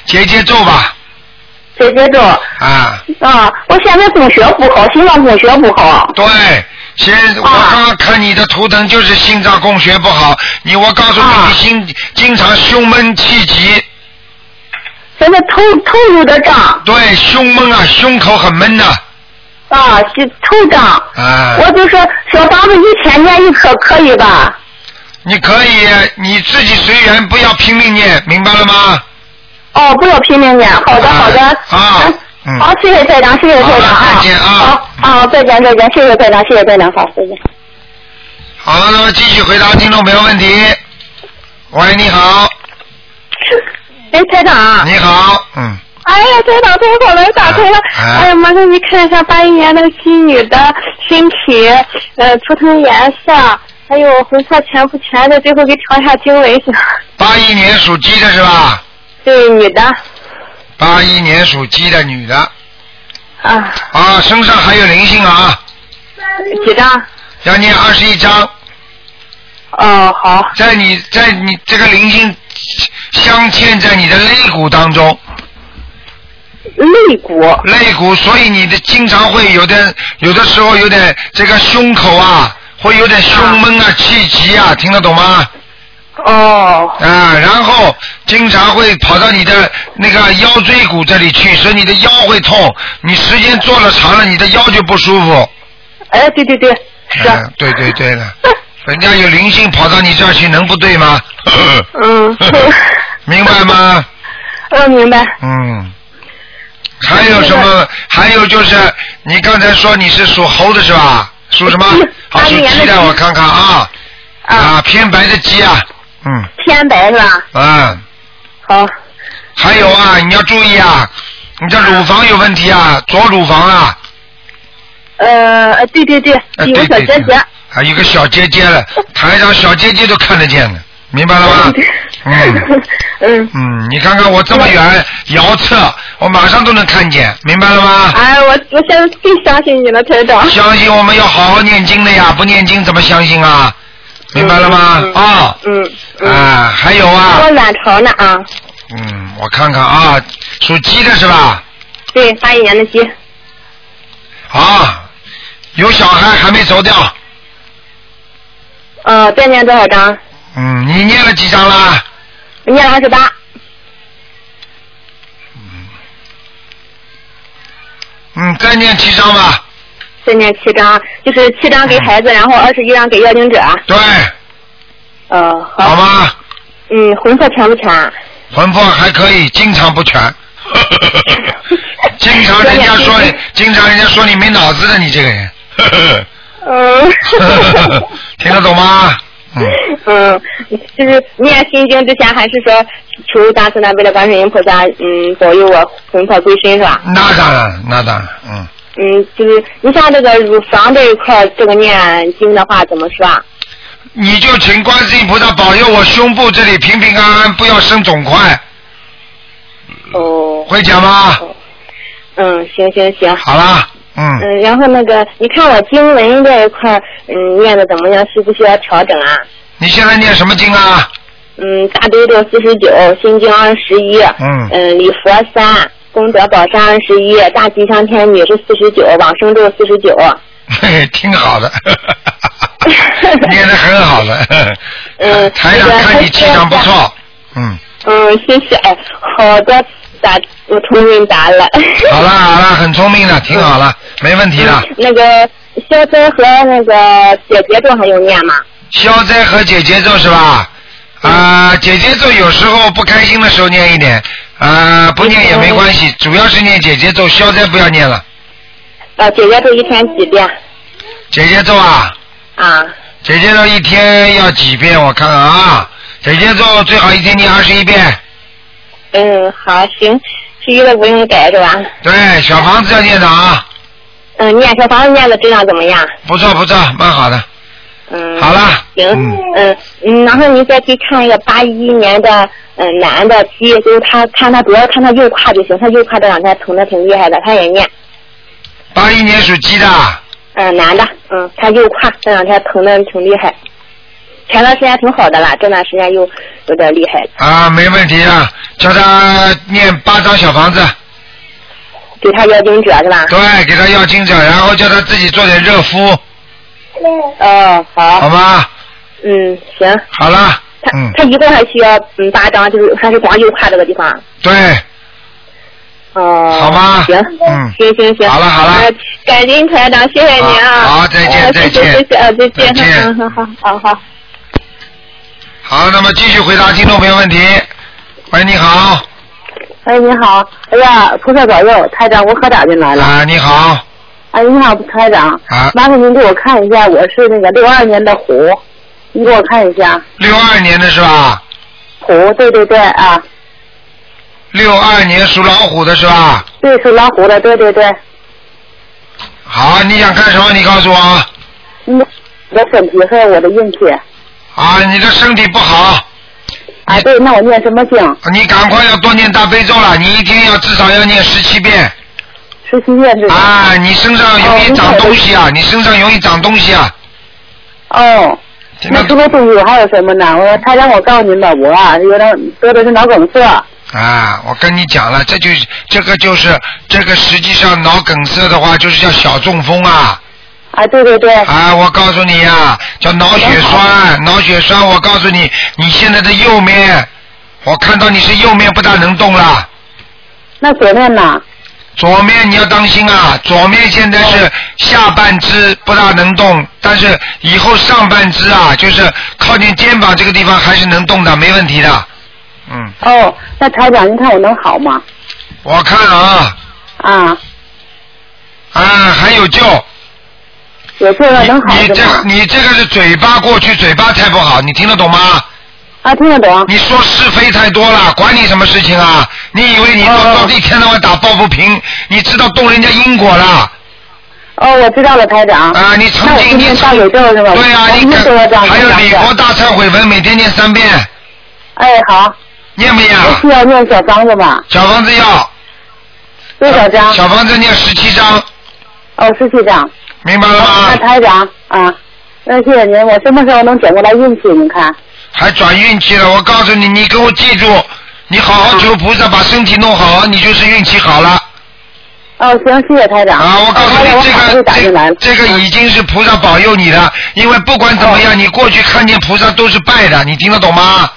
A: 结节咒吧。
I: 结节咒。
A: 啊。
I: 啊，我现在供血不好，心脏供血不好。
A: 对。先，我刚刚看你的图腾就是心脏供血不好，你我告诉你，
I: 啊
A: 你心经常胸闷气急。
I: 现在头头有点胀。
A: 对，胸闷啊，胸口很闷呐、
I: 啊，就头胀。
A: 啊。
I: 我就说小房子一天念一颗可以吧？
A: 你可以你自己随缘，不要拼命念，明白了吗？
I: 哦，不要拼命念，好的好的。
D: 哎
A: 啊。
I: 好，谢谢台长，谢谢台长啊。
A: 再见啊。
I: 好，啊，再见再见，谢谢台长，谢谢台长，好，再见。
A: 好，那么继续回答听众朋友问题。喂，你好，
D: 哎，台长。
A: 你好，嗯，啊
D: 哎呀，台长，太好了，打通了。哎呀，麻烦你看一下八一年的鸡女的身体，呃，图腾颜色，还有魂魄全不全的，最后给调一下经文行吗？
A: 八一年属鸡的是吧？
D: 对，女的
A: 八一年属鸡的女的，
D: 啊，
A: 啊，身上还有灵性啊，
D: 几张？
A: 要念二十一章。
D: 哦，好。
A: 在你在你这个灵性镶嵌在你的肋骨当中。
D: 肋骨。
A: 肋骨，所以你的经常会有点，有的时候有点这个胸口啊，会有点胸闷啊、气急啊，听得懂吗？
D: 哦。
A: 啊，然后经常会跑到你的那个腰椎骨这里去，所以你的腰会痛。你时间坐了长了，你的腰就不舒服。
D: 哎，对对对，是啊。
A: 嗯，对对对了，人家有灵性跑到你这儿去，能不对吗？
D: 嗯。
A: 明白吗？
D: 嗯，明白。
A: 嗯。还有什么？还有就是，你刚才说你是属猴的是吧？属什么？
D: 嗯
A: 啊，属鸡的，我看看啊。啊，偏白的鸡啊，嗯，
D: 偏白是吧？
A: 啊。
D: 好。
A: 还有啊，你要注意啊，你这乳房有问题啊，左乳房啊，
D: 呃，呃对对对，
A: 呃
D: 有个小
A: 对对
D: 结节。
A: 还有个小结节 了，台上小结节都看得见的，明白了吗？嗯
D: 嗯
A: 嗯，你看看我这么远遥测，我马上都能看见，明白了吗？
D: 哎，我我现在最相信你了，台长。
A: 啊相信我们要好好念经的呀，不念经怎么相信啊？明白了吗？啊、
D: 嗯。
A: 啊，还有啊，
D: 我卵巢呢啊，
A: 嗯，我看看啊，属鸡的是吧？
D: 对，八一年的鸡。
A: 啊，有小孩还没走掉，
D: 呃，再念多少张？
A: 嗯，你念了几张啦？
D: 我念了二十八。
A: 嗯，再念七张吧。
D: 再念七张，就是七张给孩子，然后二十一张给要经者。
A: 嗯对。
D: 呃，好。好
A: 吗？
D: 嗯，魂魄全不全？
A: 魂魄还可以，经常不全。经常人家说你，经常人家说你没脑子的，你这个人。
D: 嗯。
A: 听得懂吗？
D: 嗯，就是念心经之前，还是说求大慈大悲的观世音菩萨，嗯，保佑我魂魄归身，是吧？
A: 那当然，那当然，嗯，
D: 嗯，就是你像这个乳房这一块，这个念经的话怎么说啊？
A: 你就请观世音菩萨保佑我胸部这里平平安安，不要生肿块。
D: 哦。
A: 嗯会讲吗？
D: 嗯，行行行。
A: 好啦，嗯，
D: 嗯，然后那个，你看我经文这一块儿，嗯，念的怎么样？需不需要调整啊？
A: 你现在念什么经啊？
D: 嗯，大悲咒四十九，心经二十一，
A: 嗯
D: 嗯，礼佛三，功德宝山二十一，大吉祥天女是四十九，往生咒四十九。
A: 嘿，挺好的， 念的很好的。
D: 嗯，
A: 台长
D: 那个
A: 看你气场不错，嗯，
D: 嗯，谢谢。哎，好的，答我通明白了。
A: 好了好了，很聪明的，挺好了，
D: 嗯
A: 没问题的。
D: 那个肖真和那个姐姐都还有念吗？
A: 消灾和解节奏是吧？
D: 嗯
A: 啊、解节奏有时候不开心的时候念一点，啊、不念也没关
D: 嗯
A: 系，主要是念解节奏，消灾不要念了。
D: 呃，姐姐都一天几遍？
A: 解节奏啊，
D: 啊，
A: 解节奏一天要几遍？我看看啊，解节奏最好一天念二十一遍。
D: 嗯，好，行，其余的不用改是吧？
A: 对，小房子要念的啊，
D: 嗯，念小房子念的质量怎么样？
A: 不错不错，蛮好的。
D: 嗯，
A: 好了，
D: 行，嗯嗯，然后您再去看一个八一年的嗯男的鸡，就是他看他主要看他右胯就行，他右胯这两天疼的挺厉害的，他也念，
A: 八一年属鸡的，
D: 嗯男的，嗯他右胯这两天疼的挺厉害，前段时间挺好的啦，这段时间又有点厉害，
A: 啊，没问题啊，叫他念八张小房子，
E: 啊
D: 给他要经者是吧？
A: 对，给他要经者，然后叫他自己做点热敷，
D: 哦，好，
A: 好吧？
D: 嗯，行，
A: 好了，嗯，
D: 他一共还需要嗯八张，就是还是光右胯这个地方，
A: 对，
D: 哦，
A: 好吗？
D: 行，
A: 嗯，
D: 行行行，
A: 好了好了
D: 呃，感谢台长，谢谢您啊，
A: 好再见
D: 呃
A: 再
D: 谢谢
A: 见
D: 谢谢啊，再见，
A: 再见
D: 嗯，好好好好，
A: 好，那么继续回答听众朋友问题。喂，你好，
E: 哎，你好，哎呀，菩萨保佑，台长，我可打进来了。
A: 啊，你好，
E: 哎，你好，台长，
A: 啊
E: 麻烦您给我看一下，我是那个六二年的虎，您给我看一下，
A: 六二年的是吧？
E: 虎，对对对啊，
A: 六二年属老虎的是吧？
E: 对，属老虎的，对对对，
A: 好，你想干什么？你告诉我啊
E: 嗯，我的身体和我的运气，
A: 啊！你的身体不好，
E: 啊，对，那我念什么经？
A: 你赶快要多念大悲咒了，你一天要至少要念十七遍。
E: 十七遍是吧？
A: 啊，你身上容易长东西啊，你身上容易长东西啊。
E: 哦，那除了动物还有什么呢？我台长，我告诉您吧，我啊有点得的是脑梗塞，
A: 啊，我跟你讲了，这就这个就是这个，实际上脑梗塞的话，就是叫小中风啊。
E: 啊，对对嗯对。
A: 啊，我告诉你呀、叫脑血栓，脑血栓。我告诉你，你现在的右面，我看到你是右面不大能动了。
E: 那左面呢？
A: 左面你要当心啊，左面现在
E: 嗯
A: 是下半肢不大能动，但是以后上半肢啊，就是靠近肩膀这个地方还是能动的，没问题的。嗯，
E: 哦，那台长，您看我能好吗？
A: 我看啊
E: 啊，
A: 啊还有救。
E: 有救了，能好
A: 你
E: 是
A: 这
E: 吗？
A: 你这个是嘴巴过去，嘴巴太不好，你听得懂吗？
E: 啊，听得懂。
A: 你说是非太多了，管你什么事情啊？你以为你做
E: 哦
A: 到一天到晚打抱不平，你知道动人家因果了？
E: 哦，我知道了，台长。
A: 啊，你曾经你
E: 大有咒是吧？
A: 对啊，
E: 我
A: 你
E: 一直都要这样
A: 还有
E: 台长
A: 礼佛大忏悔文，每天念三遍，
E: 哎，好。
A: 念不念？
E: 需要念小方子吗？
A: 小房子要呃
E: 多少张？
A: 小房子念十七章，
E: 哦，十七张。
A: 明白了吗？
E: 哦那台长啊，那谢谢您，我什么时候能转过来运气？您看。
A: 还转运气了。我告诉你，你给我记住，你好好求菩萨，把身体弄好，你就是运气好了。
E: 哦，行，谢谢台长。
A: 啊，我告诉你，这个这这个
E: 嗯
A: 已经是菩萨保佑你了，因为不管怎么样，你过去看见菩萨都是拜的，你听得懂吗？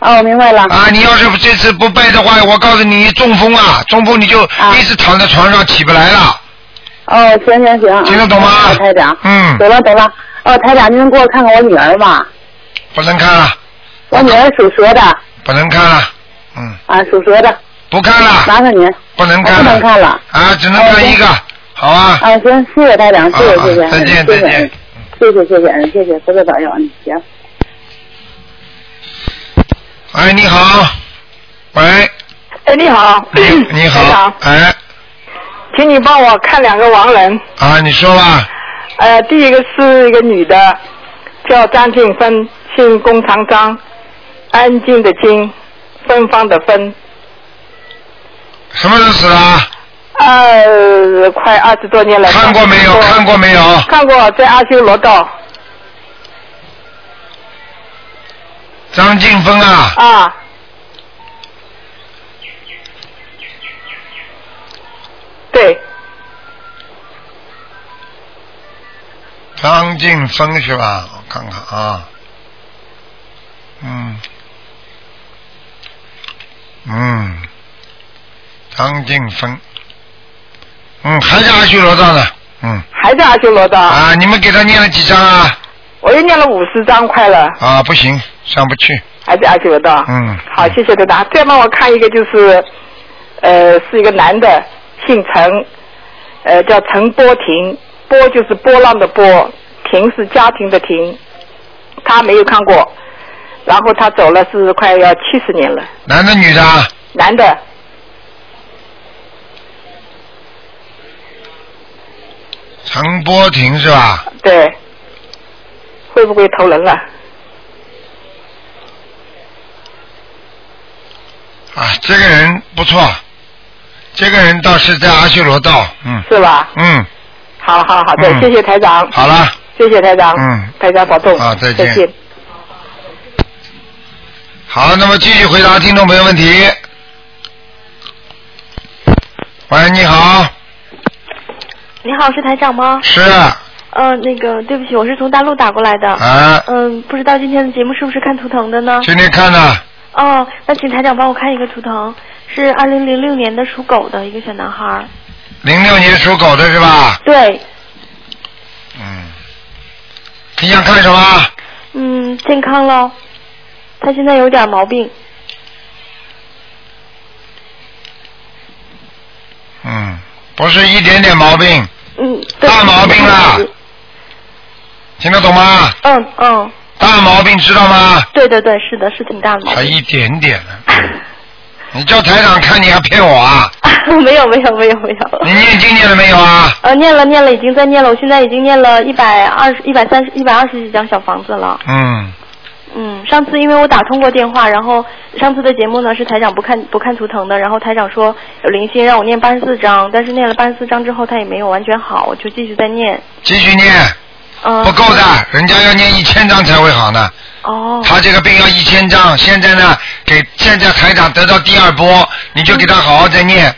E: 哦，明白了。
A: 啊，你要是这次不拜的话，我告诉你，你中风啊，中风你就一直躺在床上起不来了。
E: 哦，行行行。听得懂吗？台长。
A: 嗯
E: 懂了懂了。哦，台长，您能给我看看我女儿吗？
A: 不能看了，
E: 我女儿属蛇的
A: 不能看了，
E: 啊，属蛇的。
A: 不看了。
E: 麻烦您。
A: 不能
E: 啊
A: 看
E: 不
A: 了。
E: 能看了。
A: 啊，只能
E: 哦
A: 看一个，好啊。
E: 啊，行，谢谢台长，谢谢
A: 啊
E: 谢谢，
A: 再见
E: 谢谢
A: 再见，
E: 谢谢谢谢嗯谢谢，多多保佑，嗯，行。
A: 哎，你好，喂，
F: 哎，你好，
A: 你好
F: 台长，
A: 哎，
F: 请你帮我看两个亡人。
A: 啊，你说吧，
F: 呃，第一个是一个女的，叫张静芬，姓龚长张，安静的静，芬芳的芬。
A: 什么时候死的？
F: 呃，快二十多年了。看过没有？看
A: 过没有？
F: 看过，在阿修罗道
A: 张静芬啊，
F: 啊。对，
A: 张静芬是吧？我看看啊，嗯，嗯张静芬，嗯，还是阿修罗道呢，嗯，
J: 还是阿修罗道。
A: 啊，你们给他念了几张啊？
J: 我又念了五十张，快了，
A: 啊，不行，上不去，
J: 还是阿修罗道。
A: 嗯，
J: 好，谢谢台长。再帮我看一个，就是，呃，是一个男的，姓陈，呃，叫陈波亭，波就是波浪的波，亭是家庭的亭，他没有看过，然后他走了是快要七十年了，
A: 男的女的啊？
J: 男的，
A: 陈波婷是吧？
J: 对，会不会投人了？
A: 啊，这个人不错，这个人倒是在阿修罗道，嗯
J: 是吧？
A: 嗯，
J: 好好好的，
A: 嗯
J: 谢谢台长。
A: 好了，
J: 谢谢台长。
A: 嗯，
J: 台长保重。
A: 啊再见
J: 见。
A: 好，那么继续回答听众朋友问题。喂，你好，
K: 你好，是台长吗？
A: 是
K: 呃，那个，对不起，我是从大陆打过来的。
A: 啊
K: 嗯，不知道今天的节目是不是看图腾的呢？
A: 今天看呢，
K: 哦，那请台长帮我看一个图腾，是二零零六年的属狗的一个小男孩儿。
A: 零六年属狗的是吧？
K: 对，
A: 嗯，你想看什么？
K: 嗯，健康喽。他现在有点毛病，
A: 嗯，不是一点点毛病，
K: 嗯，
A: 大毛病啦，听得懂吗？
K: 嗯嗯，
A: 大毛病知道吗？
K: 对对对，是的，是挺大的毛
A: 才啊一点点呢，你叫台长看你还骗我啊？
K: 病。没有没有没有没有。
A: 你念经念了没有啊？
K: 呃，念了念了，已经在念了，我现在已经念了一百二十、一百三十、一百二十几张小房子了。
A: 嗯，
K: 嗯，上次因为我打通过电话，然后上次的节目呢是台长不看不看图腾的，然后台长说有灵性让我念八十四章，但是念了八十四章之后他也没有完全好，我就继续再念。
A: 继续念，
K: 嗯、
A: 不够的，人家要念一千张才会好呢。
K: 哦。
A: 他这个病要一千张，现在呢，给现在台长得到第二波，你就给他好好再念。
K: 嗯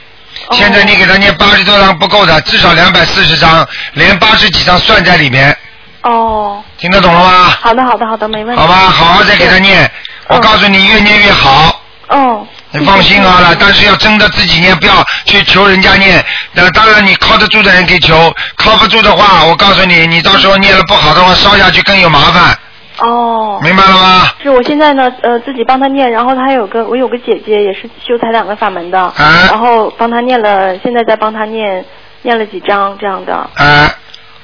A: 现在你给他
K: 哦
A: 念八十多张不够的，至少两百四十张，连八十几张算在里面，
K: 哦。
A: 听得懂了吗？
K: 好的好的好的，没问题。
A: 好吧，好好再给他念。我告诉你，越念越好。
K: 嗯哦。
A: 你放心好了，但是要真的自己念，不要去求人家念。那当然，你靠得住的人可以求，靠不住的话，我告诉你，你到时候念了不好的话，烧下去更有麻烦。
K: 哦。
A: 明白了吗？
K: 是我现在呢，呃，自己帮他念，然后他有个我有个姐姐也是修台长的法门的，
A: 啊
K: 然后帮他念了，现在在帮他念念了几章这样的，
A: 啊，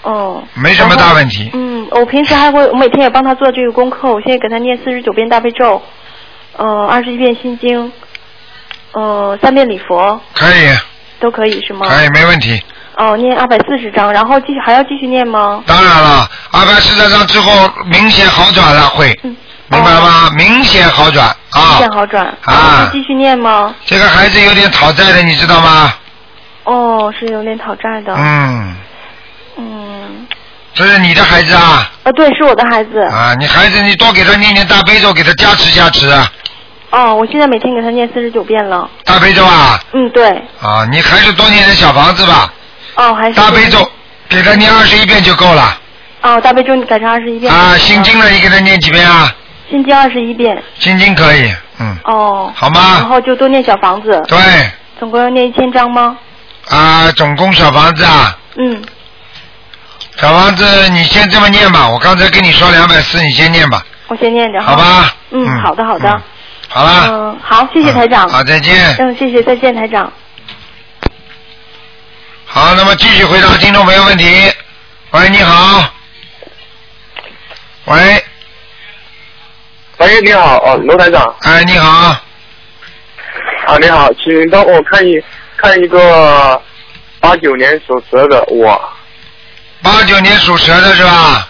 K: 嗯。
A: 没什么大问题。
K: 嗯，我平时还会，我每天也帮他做这个功课。我现在给他念四十九遍大悲咒，嗯、呃，二十一遍心经，嗯、呃，三遍礼佛
A: 可以，
K: 都可以是吗？
A: 可以，没问题。
K: 哦，念二百四十章，然后继续还要继续念吗？
A: 当然了，二百四十张之后明显好转了，会，明白了吗？明显好转啊！
K: 见好转
A: 啊
K: 然后继续念吗？
A: 这个孩子有点讨债的，你知道吗？
K: 哦，是有点讨债的。
A: 嗯，
K: 嗯，
A: 这是你的孩子啊
K: 呃，对，是我的孩子。
A: 啊！你孩子，你多给他念念大悲咒，给他加持加持啊！
K: 哦，我现在每天给他念四十九遍了。
A: 大悲咒啊
K: 嗯，对。
A: 啊！你还是多念点小房子吧，
K: 哦，还是
A: 大悲咒给他念二十一遍就够了
K: 哦，大悲咒你改成二十一遍。
A: 啊！心经呢，你给他念几遍啊？
K: 心经二十一遍。
A: 心经可以，嗯，
K: 哦。
A: 好吗
K: 然后就多念小房子。
A: 对
K: 总共要念一千章吗？
A: 啊，总共小房子啊。
K: 嗯，
A: 小房子，你先这么念吧。我刚才跟你说两百四，你先念吧。
K: 我先念着。
A: 好吧
K: 嗯，
A: 嗯
K: 好的，好的。
A: 好啦，
K: 嗯，好，谢谢台长。
A: 好再见
K: 嗯，谢谢，再见，台长。
A: 好，那么继续回答听众朋友问题。喂，你好。喂，
E: 喂，你好，哦，罗台长。
A: 哎，你好。
E: 啊，你好，请帮我看一看一个八九年属蛇的我。
A: 八九年属蛇的是吧？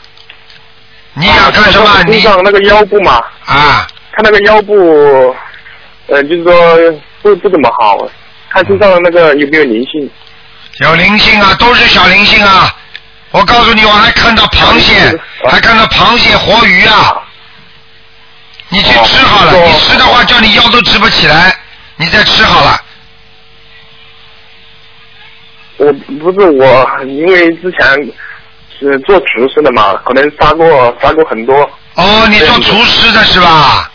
A: 你想看什么？
E: 你上那个腰部嘛。
A: 啊。
E: 看那个腰部，呃，就是说不不怎么好，看身上的那个有没有灵性？
A: 有灵性啊，都是小灵性啊。我告诉你，我还看到螃蟹，
E: 啊
A: 还看到螃蟹、活鱼啊。你去吃好
E: 啊
A: 了，你吃的话叫你腰都直不起来，你再吃好了。
E: 我不是我，因为之前是做厨师的嘛，可能杀过杀过很多。
A: 哦，你做厨师的是吧？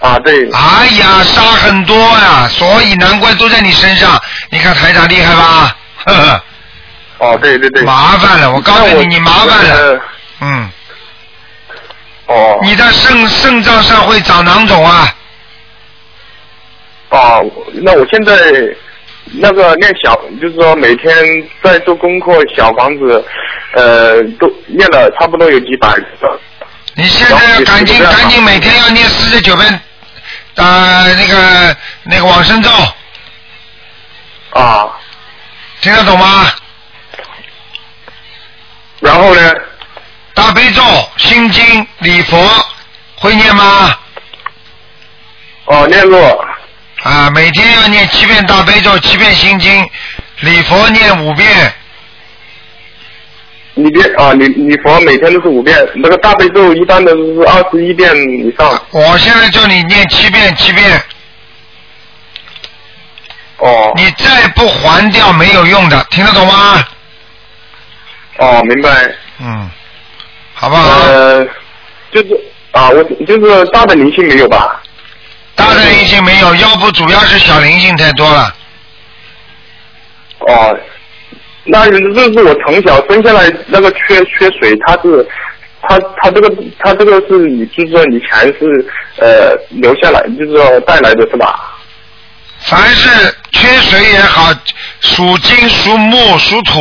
E: 啊，对。
A: 哎呀，杀很多呀、所以难怪都在你身上。你看台长厉害
E: 啊
A: 吧？呵呵，
E: 哦，对对对。
A: 麻烦了，我告诉你，你麻烦了。嗯。
E: 哦。
A: 你的肾肾脏上会长囊肿啊？
E: 啊，那我现在那个念小，就是说每天在做功课，小房子，呃，都念了差不多有几百个。
A: 你现在要赶紧赶紧每天要念四十九遍，呃，那个那个往生咒。
E: 啊。
A: 听得懂吗？
E: 然后呢？
A: 大悲咒、心经、礼佛，会念吗？
E: 哦，念过。
A: 啊，每天要念七遍大悲咒，七遍心经，礼佛念五遍。
E: 你别啊，你你佛每天都是五遍，那个大悲咒一般都是二十一遍以上。
A: 我现在叫你念七遍，七遍。
E: 哦。
A: 你再不还掉没有用的，听得懂吗？
E: 哦，明白。
A: 嗯，好不好？
E: 呃，就是啊，我就是大的灵性没有吧？
A: 大的灵性没有，要不主要是小灵性太多了。
E: 哦，那这是我从小生下来那个缺缺水，它是它它这个它这个是你就是说你前是呃留下来，就是说带来的是吧？
A: 凡是缺水也好，属金、属木、属土，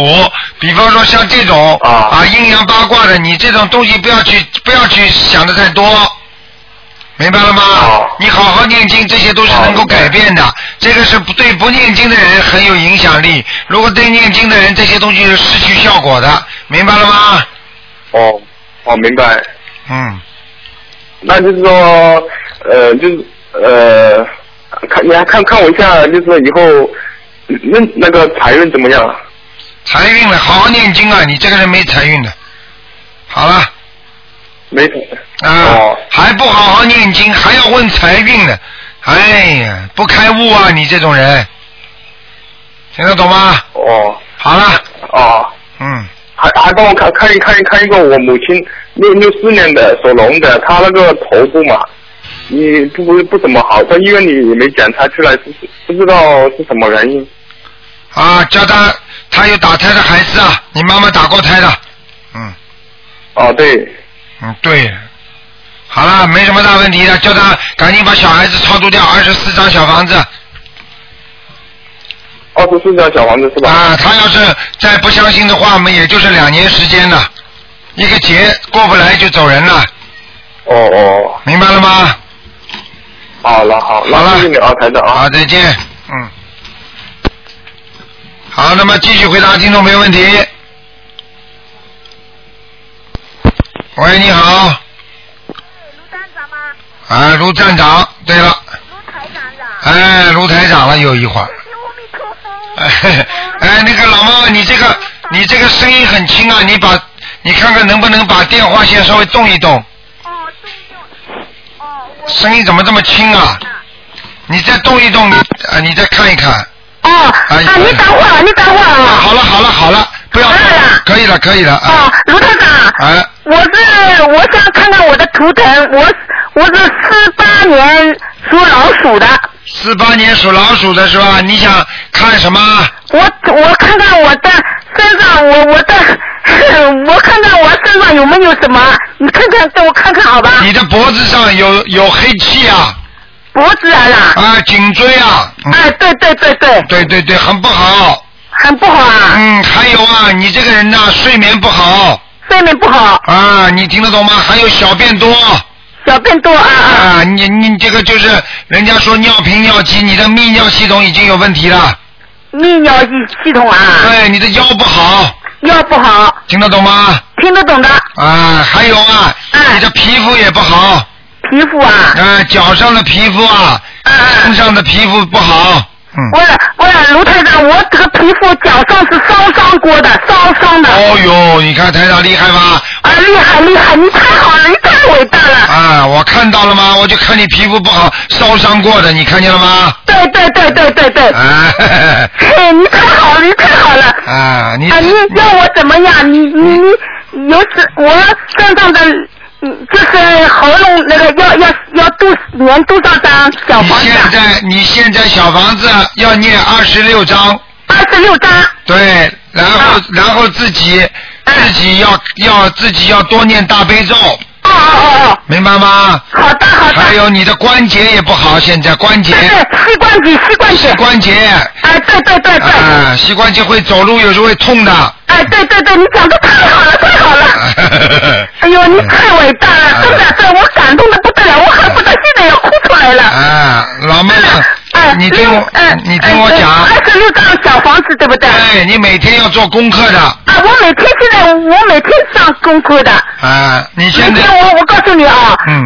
A: 比方说像这种啊阴阳八卦的，你这种东西不要去不要去想的太多，明白了吗？你好好念经，这些都是能够改变的。这个是不对不念经的人很有影响力，如果对念经的人，这些东西是失去效果的，明白了吗？
E: 哦，哦，明白。
A: 嗯。
E: 那就是说，呃，就是呃，看你还看看我一下，就是说以后那那个财运怎么样？
A: 财运了，好好念经啊！你这个人没财运的。好了。
E: 没
A: 啊、
E: 哦
A: 还不好好念经，还要问财运呢。哎呀，不开悟啊！你这种人，听得懂吗？
E: 哦，
A: 好了。
E: 哦，
A: 嗯，
E: 还还帮我看看一看一看一个我母亲六六四年的属龙的，她那个头部嘛，你不不不怎么好，在医院里也没检查出来，不知不知道是什么原因。
A: 啊，叫他，他有打胎的孩子啊，你妈妈打过胎的。
E: 哦，对，
A: 嗯，对。好了，没什么大问题的，叫他赶紧把小孩子超度掉，二十四张小房子。
E: 二十四张小房子是吧？
A: 啊，他要是再不相信的话，我们也就是两年时间了，一个节过不来就走人了，
E: 哦哦，
A: 明白了吗？
E: 好了好了，
A: 好了
E: 谢谢你啊，台长啊。
A: 好，再见。嗯。好，那么继续回答听众朋友问题。喂，你好。啊，卢站长，对了。卢台长哎，卢台长了，又一会儿。哎 嘿嘿哎，那个老妈妈，你这个你这个声音很轻啊，你把你看看能不能把电话线稍微动一动。哦，动一动。哦，声音怎么这么轻啊？你再动一动，你啊，你再看一看。
L: 哦，
A: 啊，你等
L: 会儿，你等会儿啊。
A: 好了，好了，好了，不要动了。可以了，可以了啊。
L: 啊，卢科长，
A: 啊，
L: 我是我想看看我的图腾，我是我是四八年属老鼠的，
A: 四八年属老鼠的是吧？你想看什么？
L: 我我看看我的身上，我我的 我看看我身上有没有什么，你看看给我看看好吧？
A: 你的脖子上有有黑气啊。
L: 脖子啊啦。
A: 啊，颈椎啊。
L: 哎，对对对对。
A: 对对对，很不好。
L: 很不好啊。
A: 嗯，还有啊，你这个人呐、睡眠不好。
L: 睡眠不好。
A: 啊，你听得懂吗？还有小便多。
L: 小便多啊
A: 啊！你你这个就是人家说尿频尿急，你的泌尿系统已经有问题了。
L: 泌尿系系统啊。
A: 对，哎你的腰不好。
L: 腰不好。
A: 听得懂吗？
L: 听得懂的。
A: 啊，还有啊，你的皮肤也不好。
L: 皮肤啊。
A: 啊，脚上的皮肤啊，身上的皮肤不好。嗯
L: 我我哎卢台长，我这个皮肤脚上是烧伤过的，烧伤的。
A: 哦呦，你看台长厉害吧？
L: 啊，厉害厉害，你太好了，你太伟大了。
A: 啊，我看到了吗？我就看你皮肤不好，烧伤过的，你看见了吗？
L: 对对对对对对。
A: 啊，嘿嘿
L: 嘿，你太好了，你太好了。
A: 嘿啊，你
L: 啊，你要我怎么样？你你你，尤其我身上的
D: 这是喉咙那个要要要多连多少张小
L: 啊
A: 你
D: 房子？
A: 现在你现在小房子要念二十六章。
D: 二十六章。
A: 对，然后、然后自己
D: 啊
A: 自己要要自己要多念大悲咒。哦哦
D: 哦。
A: 明白吗？好的好的。还有你的关节也不好，现在关节。
D: 膝关节膝关节。
A: 膝关节。
D: 啊，对对对对。
A: 啊，膝关节会走路有时候会痛的。
D: 哎，对对对，你讲的太好了，太好了！ 哎呦，你太伟大
A: 啊
D: 了，真的，这我感动的不得了，我恨不得现在要哭出来了。哎
A: 啊，老妹子，你听我，你听我讲。
D: 二十六张小房子，对不对？
A: 对，你每天要做功课的。
D: 啊，我每天现在我每天上功课的。
A: 啊，你现
D: 每
A: 在嗯
D: 天我我告诉你啊，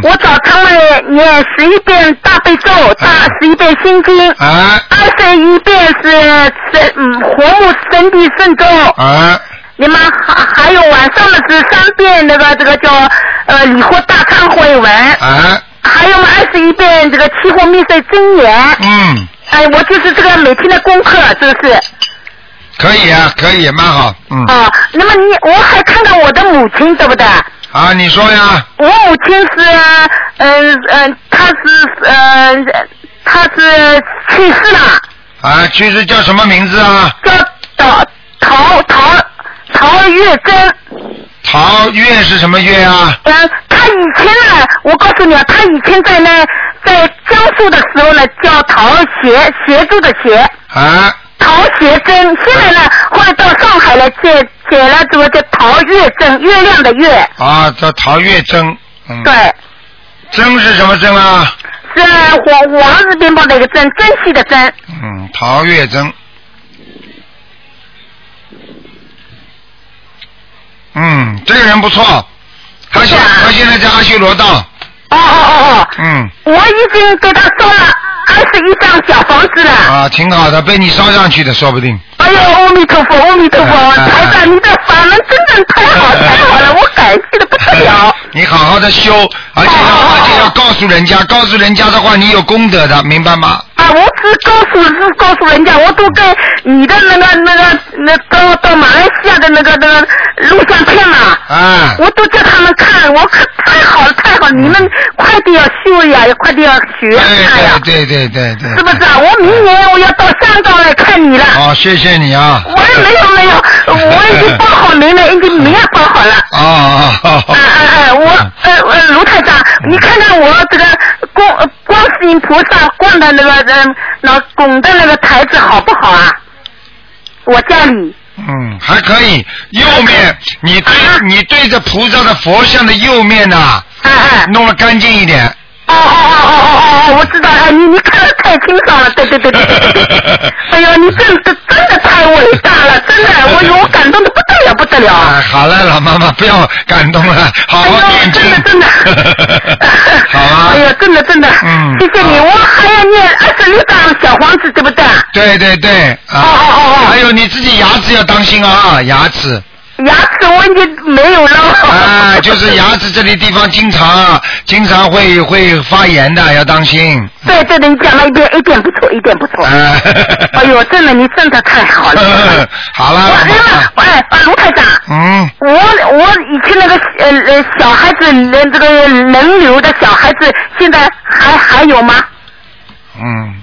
D: 我早晨呢念十一遍大悲咒，大十一遍心经，
A: 啊，
D: 二十一遍是神嗯活木神地圣咒，
A: 啊，
D: 你们还还有晚上的是三遍那个这个叫呃礼佛大忏悔文，
A: 啊，
D: 还有二十一遍这个七佛灭罪真言，
A: 嗯，
D: 哎，我就是这个每天的功课，这是。
A: 可以啊，可以，蛮好，嗯。
D: 啊，那么你我还看到我的母亲，对不对？
A: 啊，你说呀，
D: 我母亲是，嗯、嗯，她是，嗯、她是去世了，
A: 啊，其实叫什么名字啊？
D: 叫陶陶陶陶月珍。
A: 陶月是什么月啊？
D: 嗯，她以前呢，我告诉你啊，她以前在那在江苏的时候呢，叫陶协协助的协，
A: 啊，
D: 陶协珍。现在呢，后来到上海来解解了这个叫陶月珍，月亮的月，
A: 啊，叫陶月珍，嗯，
D: 对，
A: 珍是什么珍啊？
D: 是王王字边旁的一个珍，珍惜的珍。
A: 嗯，陶月珍。嗯，这个人不错，他现他现在在阿修罗道。
D: 啊哦哦哦
A: 嗯，
D: 哦，我已经给他烧了二十一张小房子了。
A: 啊，挺好的，被你烧上去的，说不定。
D: 哎呦，阿弥陀佛，阿弥陀佛，台长，你的法门真的太好太好了，我感谢的不得了。
A: 你好好的修，而
D: 哦
A: 且要而且要告诉人家，告诉人家的话，你有功德的，明白吗？
D: 啊，我只告诉是告诉人家，我都跟你的那个那个那到到马来西亚的那个那个录像片嘛，
A: 啊，嗯
D: 我都叫他们看，我看太好了太好了，你们快点要修呀，也快点要学呀，看呀，
A: 对嗯对对对。
D: 是不是啊？我明年我要到香港来看你了。
A: 好，谢谢你啊。
D: 我也没有没有，
A: 嗯
D: 我已经报好名 了，已经名也报好了。
A: 啊啊啊！
D: 哎哎哎，我呃呃卢台长，
A: 嗯
D: 你看看我这个供呃观世音菩萨供的那个嗯，那拱的那个台子好不好啊？我家里
A: 嗯，还可以。右面，你对
D: 啊
A: 你对着菩萨的佛像的右面呐，
D: 啊
A: 弄得干净一点。
D: 哦，我知道，哎，你你看的太清爽了，对对对对对对 对。哎呦，你真的真的太伟大了，真的，我我感动的不得了不得了。哎
A: 哎，好了，老妈妈，不要感动了，好好念经。真
D: 的
A: 真的。 好啊。
D: 哎呀，真的真的，嗯，谢谢你，我还要念二十六张小黄纸，对不对？
A: 对对对。啊。哦
D: 哦
A: 还有你自己牙齿要当心啊，牙齿。
D: 牙齿我已经没有了。
A: 啊，就是牙齿这里地方经常啊，经常会会发炎的，要 当心。
D: 对对对，你讲了一遍，一点不错，一点不错。
A: 嗯
D: 哎呦，真的，你真的太好了。
A: 好了，
D: 我哎，哎卢台长，
A: 嗯，
D: 我我以前那个呃呃小孩子，呃这个人流的小孩子，现在还还有吗？
A: 嗯，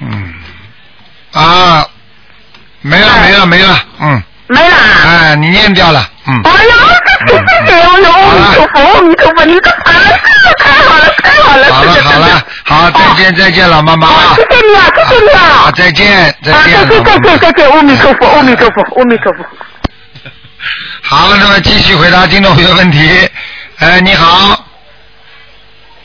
A: 嗯，啊，没了没了没了，嗯。
D: 哎没了。啊
A: 哎，你念掉了，嗯。
D: 哎呦， 谢谢你，哎呦，阿弥陀佛，阿弥陀佛，你这法门真的太好了，太好了，
A: 好了好了，好，再见再见，老妈妈。
D: 谢谢啊你啊，谢谢你啊。
A: 好，再见再
D: 啊，
A: 见，
D: 再
A: 老
D: 见
A: 妈
D: 再
A: 妈。
D: 见再见，阿弥陀佛，阿弥陀佛，阿弥陀佛。
A: 好，那么继续回答听众朋友问题。哎，你好。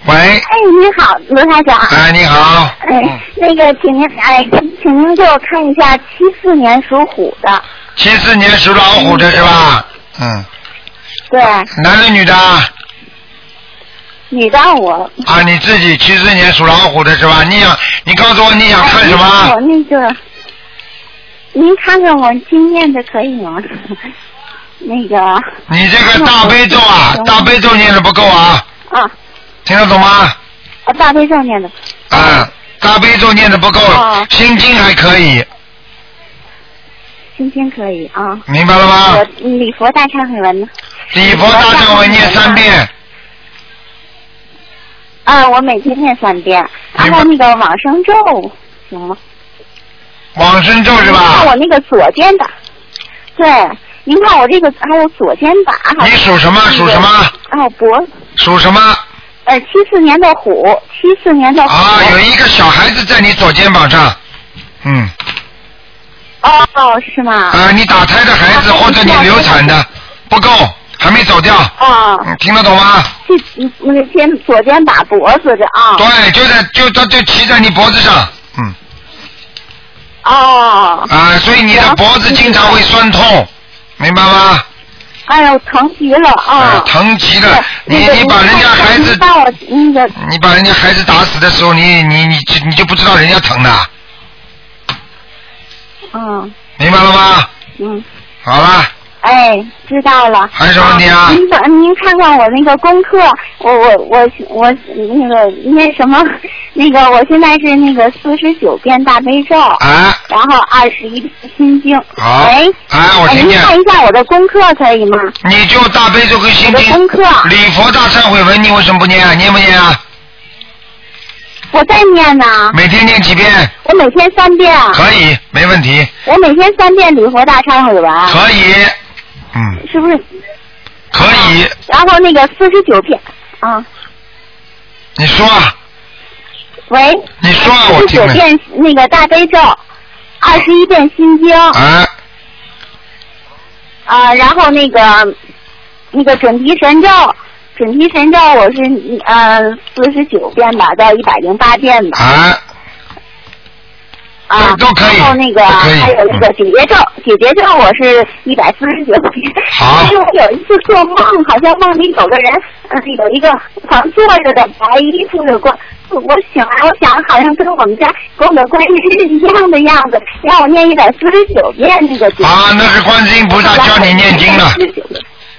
A: 喂，
M: 哎，你好，卢台长。
A: 哎，你好。嗯
M: 哎，那个，请您哎，请请您给我看一下七四年属虎的，
A: 七四年属老虎的是吧？嗯，
M: 对，
A: 男的女的啊？
M: 女的我。
A: 啊，你自己七四年属老虎的是吧？你想，你告诉我你想看什
M: 哎
A: 么？
M: 我那个，您看看我经验的可以吗？ 那个啊
A: 你这个大悲咒啊，大悲咒念的不够啊，
M: 啊，
A: 听得懂吗？
M: 啊大悲咒念的
A: 啊，大悲咒念的不够，
M: 哦
A: 心经还可以，
M: 今天可以啊。啊
A: 明白了吗？
M: 我礼佛大忏悔文呢？
A: 礼佛大忏悔念三遍。
M: 啊，我每天念三遍，然后那个往生咒行吗？
A: 往生咒是吧？
M: 看我那个左肩膀，对，您看我这个还有左肩膀。啊
A: 你属什么？属什么？
M: 哦，脖。
A: 属什么？
M: 呃，七四年的虎，七四年的虎。
A: 啊，有一个小孩子在你左肩膀上，嗯。
M: 哦，是吗？
A: 啊，你打胎的孩子或者你流产的不够，还没走掉。
M: 啊、
A: 嗯听得懂吗？
M: 这嗯那个肩左肩膀脖子这啊。
A: 对，哎就在就就就骑在你脖子上，嗯。
M: 哦。
A: 啊，所以你的脖子经常会酸痛，明白吗？
M: 哎呦，疼极了啊！
A: 疼极了，你你把人家孩子，你把人家孩子打死的时候，你你你你就不知道人家疼的，
M: 嗯，
A: 明白了吗？
M: 嗯，
A: 好了。
M: 哎，知道了。哦
A: 还有什么问题啊？
M: 您看，您看看我那个功课，我我我我那个念什么？那个我现在是那个四十九遍大悲咒，
A: 啊，
M: 然后二十一遍心经。
A: 好
M: 喂，
A: 哎，我听
M: 您
A: 见。
M: 看一下我的功课可以吗？
A: 你就大悲咒跟心
M: 我的
A: 经。
M: 功课
A: 礼佛大忏悔文你为什么不念啊？念不念啊？
M: 我在念呢，
A: 每天念几遍？
M: 我每天三遍，
A: 可以，没问题，
M: 我每天三遍礼佛大忏悔文，
A: 可以，
M: 是不是？
A: 可以。
M: 然后那个四十九遍，啊，
A: 你说啊。
M: 喂，
A: 你说啊，
M: 四
A: 我
M: 十
A: 听
M: 九
A: 了。
M: 遍那个大悲咒，二十一遍心经，
A: 啊
M: 啊，然后那个那个准提神咒，准提神咒我是呃四十九遍吧，到一百零八遍吧。
A: 啊。
M: 啊，
A: 都可以。
M: 然后那个
A: 可以嗯
M: 还有那个解结咒，解结咒我是一百四十九遍。
A: 好
M: 但是我有一次做梦，好像梦里有个人，嗯、有一个好像坐着的白衣服的光。我醒来，我
A: 啊
M: 想 好啊像跟我们家跟我的观音是一样的样子，让我念一百四十九遍那个经。
A: 啊，那是观世音菩萨教你念经了。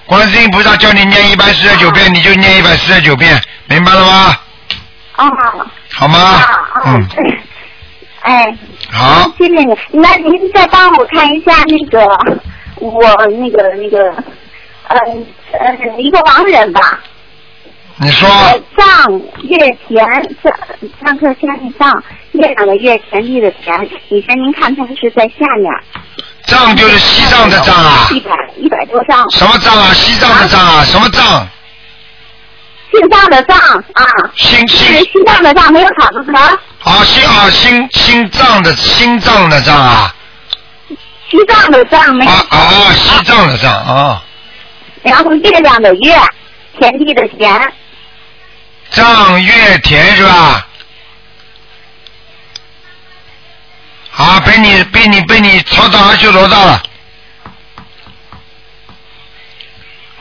A: 观世音菩萨教你念一百四十九遍，你就念一百四十九遍，明白了吗？
M: 啊，
A: 好吗？嗯，
M: 哎，
A: 好，
M: 谢谢你。那您再帮我看一下那个我那个那个，呃呃，一个亡人吧，
A: 你说
M: 藏月田藏藏克山的藏，月亮的月，田地的田。以前您看它是在下面，
A: 啊藏就是西藏的藏啊，
M: 一百一百多张。
A: 什么藏啊？西藏的藏啊？什么藏？
M: 姓藏的藏啊，
A: 姓
M: 是姓藏的藏，没有草字头。
A: 啊，心啊，心心脏的心脏的脏啊，
M: 西藏的藏没有，
A: 啊，西藏的脏啊，
M: 然后月亮的月，田地的田，
A: 藏月田是吧？啊，被你被你被你抄到阿修罗道了。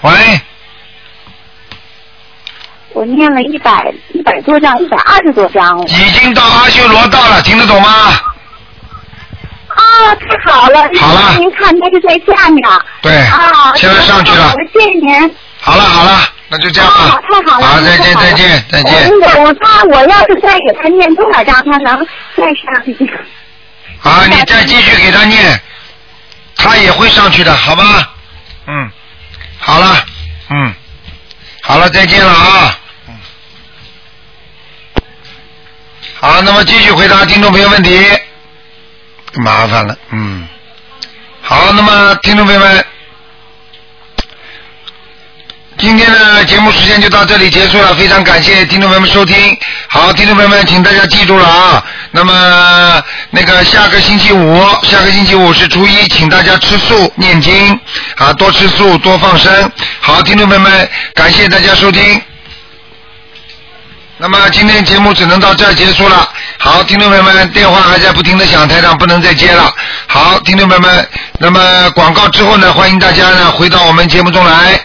A: 喂，
M: 我念了一百一百多张，一百二十多张了。
A: 已经到阿修罗道了，听得懂吗？
M: 啊，太好了！
A: 好了
M: 您看它是在下面。
A: 对
M: 啊，
A: 现在上去了
M: 好谢谢您。
A: 好了好了，那就这样
M: 啊
A: 啊，，
M: 太好了！
A: 好再见
M: 太好了
A: 再见再见
M: 我那个，我怕我要是再给他念多少张，他能再上去？
A: 啊，你再继续给他念，他也会上去的，好吗？嗯，好了，嗯，好了，再见了啊。好，那么继续回答听众朋友问题，麻烦了，嗯。好，那么听众朋友们，今天的节目时间就到这里结束了，非常感谢听众朋友们收听。好，听众朋友们，请大家记住了啊。那么那个下个星期五，下个星期五是初一，请大家吃素念经啊，多吃素，多放生。好，听众朋友们，感谢大家收听。那么今天节目只能到这儿结束了。好，听众朋友们，电话还在不停的响，台长不能再接了。好，听众朋友们，那么广告之后呢，欢迎大家呢回到我们节目中来。